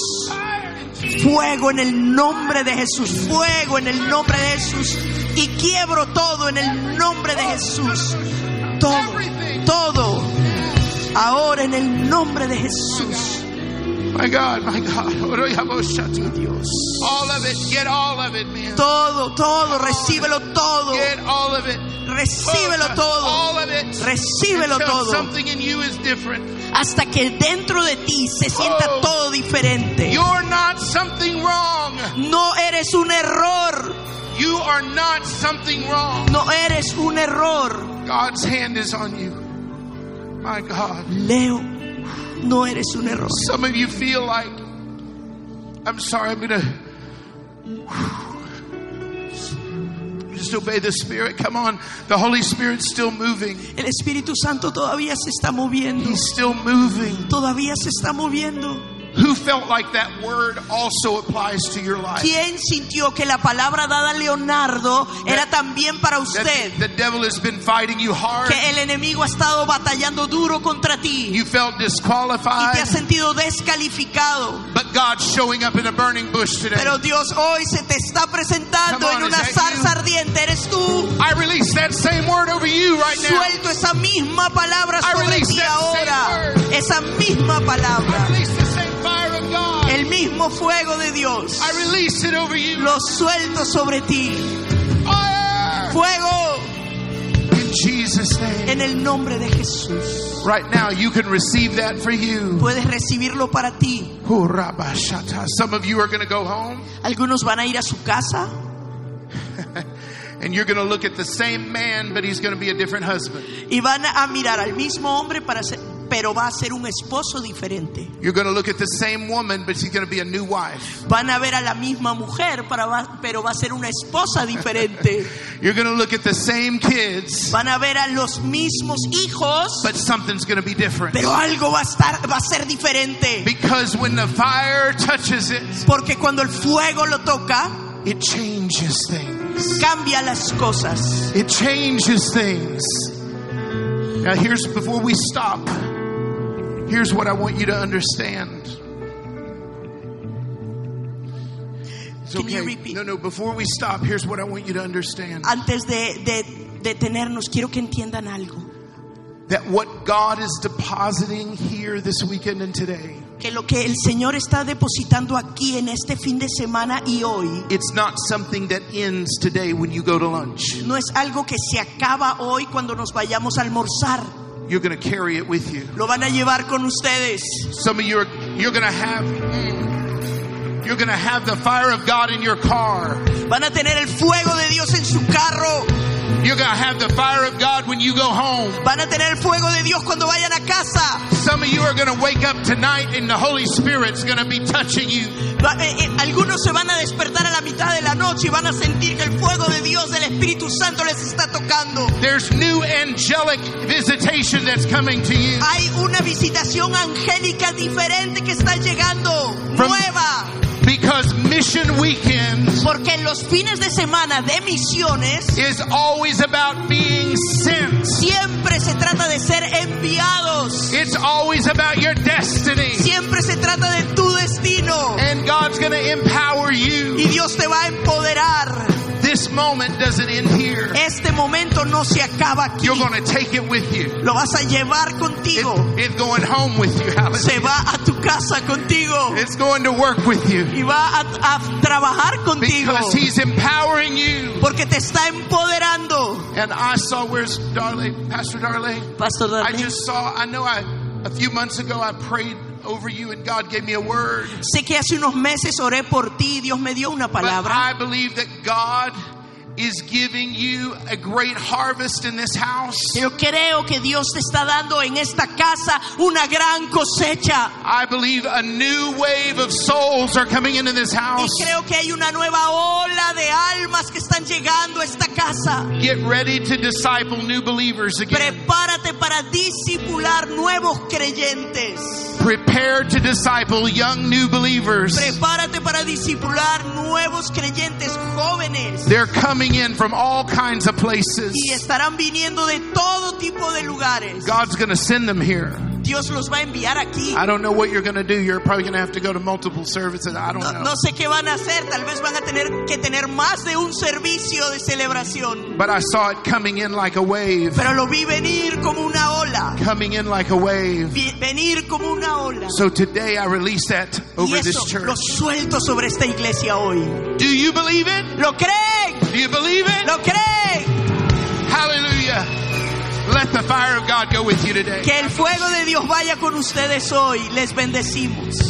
[SPEAKER 3] Fuego en el nombre de Jesús. Fuego en el nombre de Jesús. Y quiebro todo en el nombre de Jesús. Todo, todo. Ahora en el nombre de Jesús.
[SPEAKER 2] My God, my God. All of it. Get all of it, man.
[SPEAKER 3] Todo, todo. Recíbelo todo.
[SPEAKER 2] Get all of it.
[SPEAKER 3] Recíbelo todo.
[SPEAKER 2] All of it.
[SPEAKER 3] Recíbelo
[SPEAKER 2] Until
[SPEAKER 3] todo.
[SPEAKER 2] something in you is different.
[SPEAKER 3] Hasta que dentro de ti se sienta todo diferente.
[SPEAKER 2] You're not something wrong.
[SPEAKER 3] No eres un error.
[SPEAKER 2] You are not something wrong.
[SPEAKER 3] No eres un error.
[SPEAKER 2] God's hand is on you. My God.
[SPEAKER 3] Leo, no eres un error.
[SPEAKER 2] Some of you feel like, I'm sorry, I'm going to [sighs] just obey the Spirit. Come on. The Holy Spirit's still moving.
[SPEAKER 3] El Espíritu Santo todavía se está moviendo.
[SPEAKER 2] He's still moving.
[SPEAKER 3] Todavía se está moviendo.
[SPEAKER 2] Who felt like that word also applies to your life?
[SPEAKER 3] ¿Quién sintió que la palabra dada a Leonardo era también para usted?
[SPEAKER 2] That the devil has been fighting you hard.
[SPEAKER 3] Que el enemigo ha estado batallando duro contra ti
[SPEAKER 2] You felt
[SPEAKER 3] y te
[SPEAKER 2] disqualified.
[SPEAKER 3] has sentido descalificado.
[SPEAKER 2] But God's showing up in a burning bush today.
[SPEAKER 3] Pero Dios hoy se te está presentando
[SPEAKER 2] Come on,
[SPEAKER 3] en una
[SPEAKER 2] is that
[SPEAKER 3] zarza
[SPEAKER 2] you?
[SPEAKER 3] ardiente. Eres tú.
[SPEAKER 2] I release that same word over you right now.
[SPEAKER 3] Suelto esa misma palabra
[SPEAKER 2] I
[SPEAKER 3] sobre
[SPEAKER 2] release
[SPEAKER 3] ti
[SPEAKER 2] that
[SPEAKER 3] ahora.
[SPEAKER 2] same word.
[SPEAKER 3] Esa misma
[SPEAKER 2] I
[SPEAKER 3] palabra.
[SPEAKER 2] release the same fire of God.
[SPEAKER 3] El mismo fuego de Dios.
[SPEAKER 2] I release it over you.
[SPEAKER 3] Lo suelto sobre ti.
[SPEAKER 2] Fire!
[SPEAKER 3] Fuego
[SPEAKER 2] In Jesus' name.
[SPEAKER 3] en el nombre de Jesús.
[SPEAKER 2] Right now, you can receive that for you.
[SPEAKER 3] Puedes recibirlo para ti.
[SPEAKER 2] Oh, Rabba Shatta. Some of you are going to go home
[SPEAKER 3] Algunos van a ir a su casa
[SPEAKER 2] and you're going to look at the same man, but he's going to be a different husband.
[SPEAKER 3] y van a mirar al mismo hombre para ser- pero va a ser un esposo diferente.
[SPEAKER 2] You're going to look at the same woman, but she's going to be a new wife.
[SPEAKER 3] Van a ver a la misma mujer, para va- pero va a ser una esposa diferente.
[SPEAKER 2] You're going to look at the same kids,
[SPEAKER 3] Van a ver a los mismos hijos,
[SPEAKER 2] but something's going to be different.
[SPEAKER 3] pero algo va a estar, va a ser diferente.
[SPEAKER 2] Because when the fire touches it,
[SPEAKER 3] Porque cuando el fuego lo toca,
[SPEAKER 2] it changes things.
[SPEAKER 3] cambia las cosas.
[SPEAKER 2] It changes things. Now, here's before we stop, here's what I want you to understand. It's
[SPEAKER 3] Can you repeat?
[SPEAKER 2] No, no, before we stop, here's what I want you to understand
[SPEAKER 3] antes de, de detenernos, quiero que entiendan algo.
[SPEAKER 2] that what God is depositing here this weekend and today.
[SPEAKER 3] Que lo que el Señor está depositando aquí en este fin de semana y hoy
[SPEAKER 2] It's not something that ends today when you go to lunch.
[SPEAKER 3] no es algo que se acaba hoy cuando nos vayamos a almorzar.
[SPEAKER 2] You're going to carry it with you.
[SPEAKER 3] Lo van a llevar con ustedes.
[SPEAKER 2] Some of you are you're going to have you're going to have the fire of God in your car.
[SPEAKER 3] Van a tener el fuego de Dios en su carro.
[SPEAKER 2] You're going to have the fire of God when you go home.
[SPEAKER 3] Van a tener el fuego de Dios cuando vayan a casa.
[SPEAKER 2] Some of you are going to wake up tonight and the Holy Spirit's going to be touching you.
[SPEAKER 3] Va- eh, eh, algunos se van a despertar a la mitad de la noche y van a sentir que el fuego de Dios, del Espíritu Santo, les está tocando.
[SPEAKER 2] There's new angelic visitation that's coming to you.
[SPEAKER 3] Hay una visitación angélica diferente que está llegando, nueva,
[SPEAKER 2] Because mission weekend
[SPEAKER 3] porque en los fines de semana de misiones
[SPEAKER 2] is always about being sent.
[SPEAKER 3] siempre se trata de ser enviados,
[SPEAKER 2] It's always about your destiny.
[SPEAKER 3] siempre se trata de tu destino
[SPEAKER 2] And God's going to empower
[SPEAKER 3] y
[SPEAKER 2] you.
[SPEAKER 3] Dios te va a empoderar.
[SPEAKER 2] This moment doesn't end here.
[SPEAKER 3] Este momento no se acaba aquí,
[SPEAKER 2] You're going to take it with you.
[SPEAKER 3] lo vas a llevar
[SPEAKER 2] It-
[SPEAKER 3] contigo,
[SPEAKER 2] it's going home with you. Hallelujah.
[SPEAKER 3] se va a tu casa contigo
[SPEAKER 2] It's going to work with you
[SPEAKER 3] y va a, a trabajar contigo
[SPEAKER 2] because He's empowering you.
[SPEAKER 3] porque te está empoderando.
[SPEAKER 2] And I saw where's Darley, Pastor Darley.
[SPEAKER 3] Pastor
[SPEAKER 2] I
[SPEAKER 3] Darlene.
[SPEAKER 2] just saw. I know. I a few months ago I prayed over you, and God gave me a word.
[SPEAKER 3] Sé que hace unos meses oré por ti y Dios me dio una
[SPEAKER 2] But
[SPEAKER 3] palabra.
[SPEAKER 2] I believe that God is giving you a great harvest in this house.
[SPEAKER 3] Yo creo que Dios te está dando en esta casa una gran cosecha.
[SPEAKER 2] I believe a new wave of souls are coming into this house.
[SPEAKER 3] Y creo que hay una nueva ola de almas que están llegando a esta casa.
[SPEAKER 2] Get ready to disciple new believers again.
[SPEAKER 3] Prepárate para discipular nuevos creyentes.
[SPEAKER 2] Prepare to disciple young new believers.
[SPEAKER 3] Prepárate para discipular nuevos creyentes jóvenes.
[SPEAKER 2] They're coming in from all kinds of
[SPEAKER 3] Y
[SPEAKER 2] places.
[SPEAKER 3] estarán viniendo de todo tipo de lugares.
[SPEAKER 2] God's going to send them here.
[SPEAKER 3] Dios los va a enviar aquí.
[SPEAKER 2] I don't know what you're going to do. You're probably going to have to go to multiple services. I don't
[SPEAKER 3] No,
[SPEAKER 2] know.
[SPEAKER 3] no sé qué van a hacer, tal vez van a tener que tener más de un servicio de celebración.
[SPEAKER 2] But I saw it coming in like a wave,
[SPEAKER 3] Pero lo vi venir como una ola.
[SPEAKER 2] coming in like a wave.
[SPEAKER 3] Vi- venir como una ola.
[SPEAKER 2] So today I release that
[SPEAKER 3] Y
[SPEAKER 2] over
[SPEAKER 3] eso
[SPEAKER 2] this church.
[SPEAKER 3] lo suelto sobre esta iglesia hoy.
[SPEAKER 2] Do you believe it?
[SPEAKER 3] ¿Lo creen?
[SPEAKER 2] Do you believe it?
[SPEAKER 3] ¿Lo creen?
[SPEAKER 2] Hallelujah. Let the fire of God go with you today.
[SPEAKER 3] Que el fuego de Dios vaya con ustedes hoy. Les bendecimos.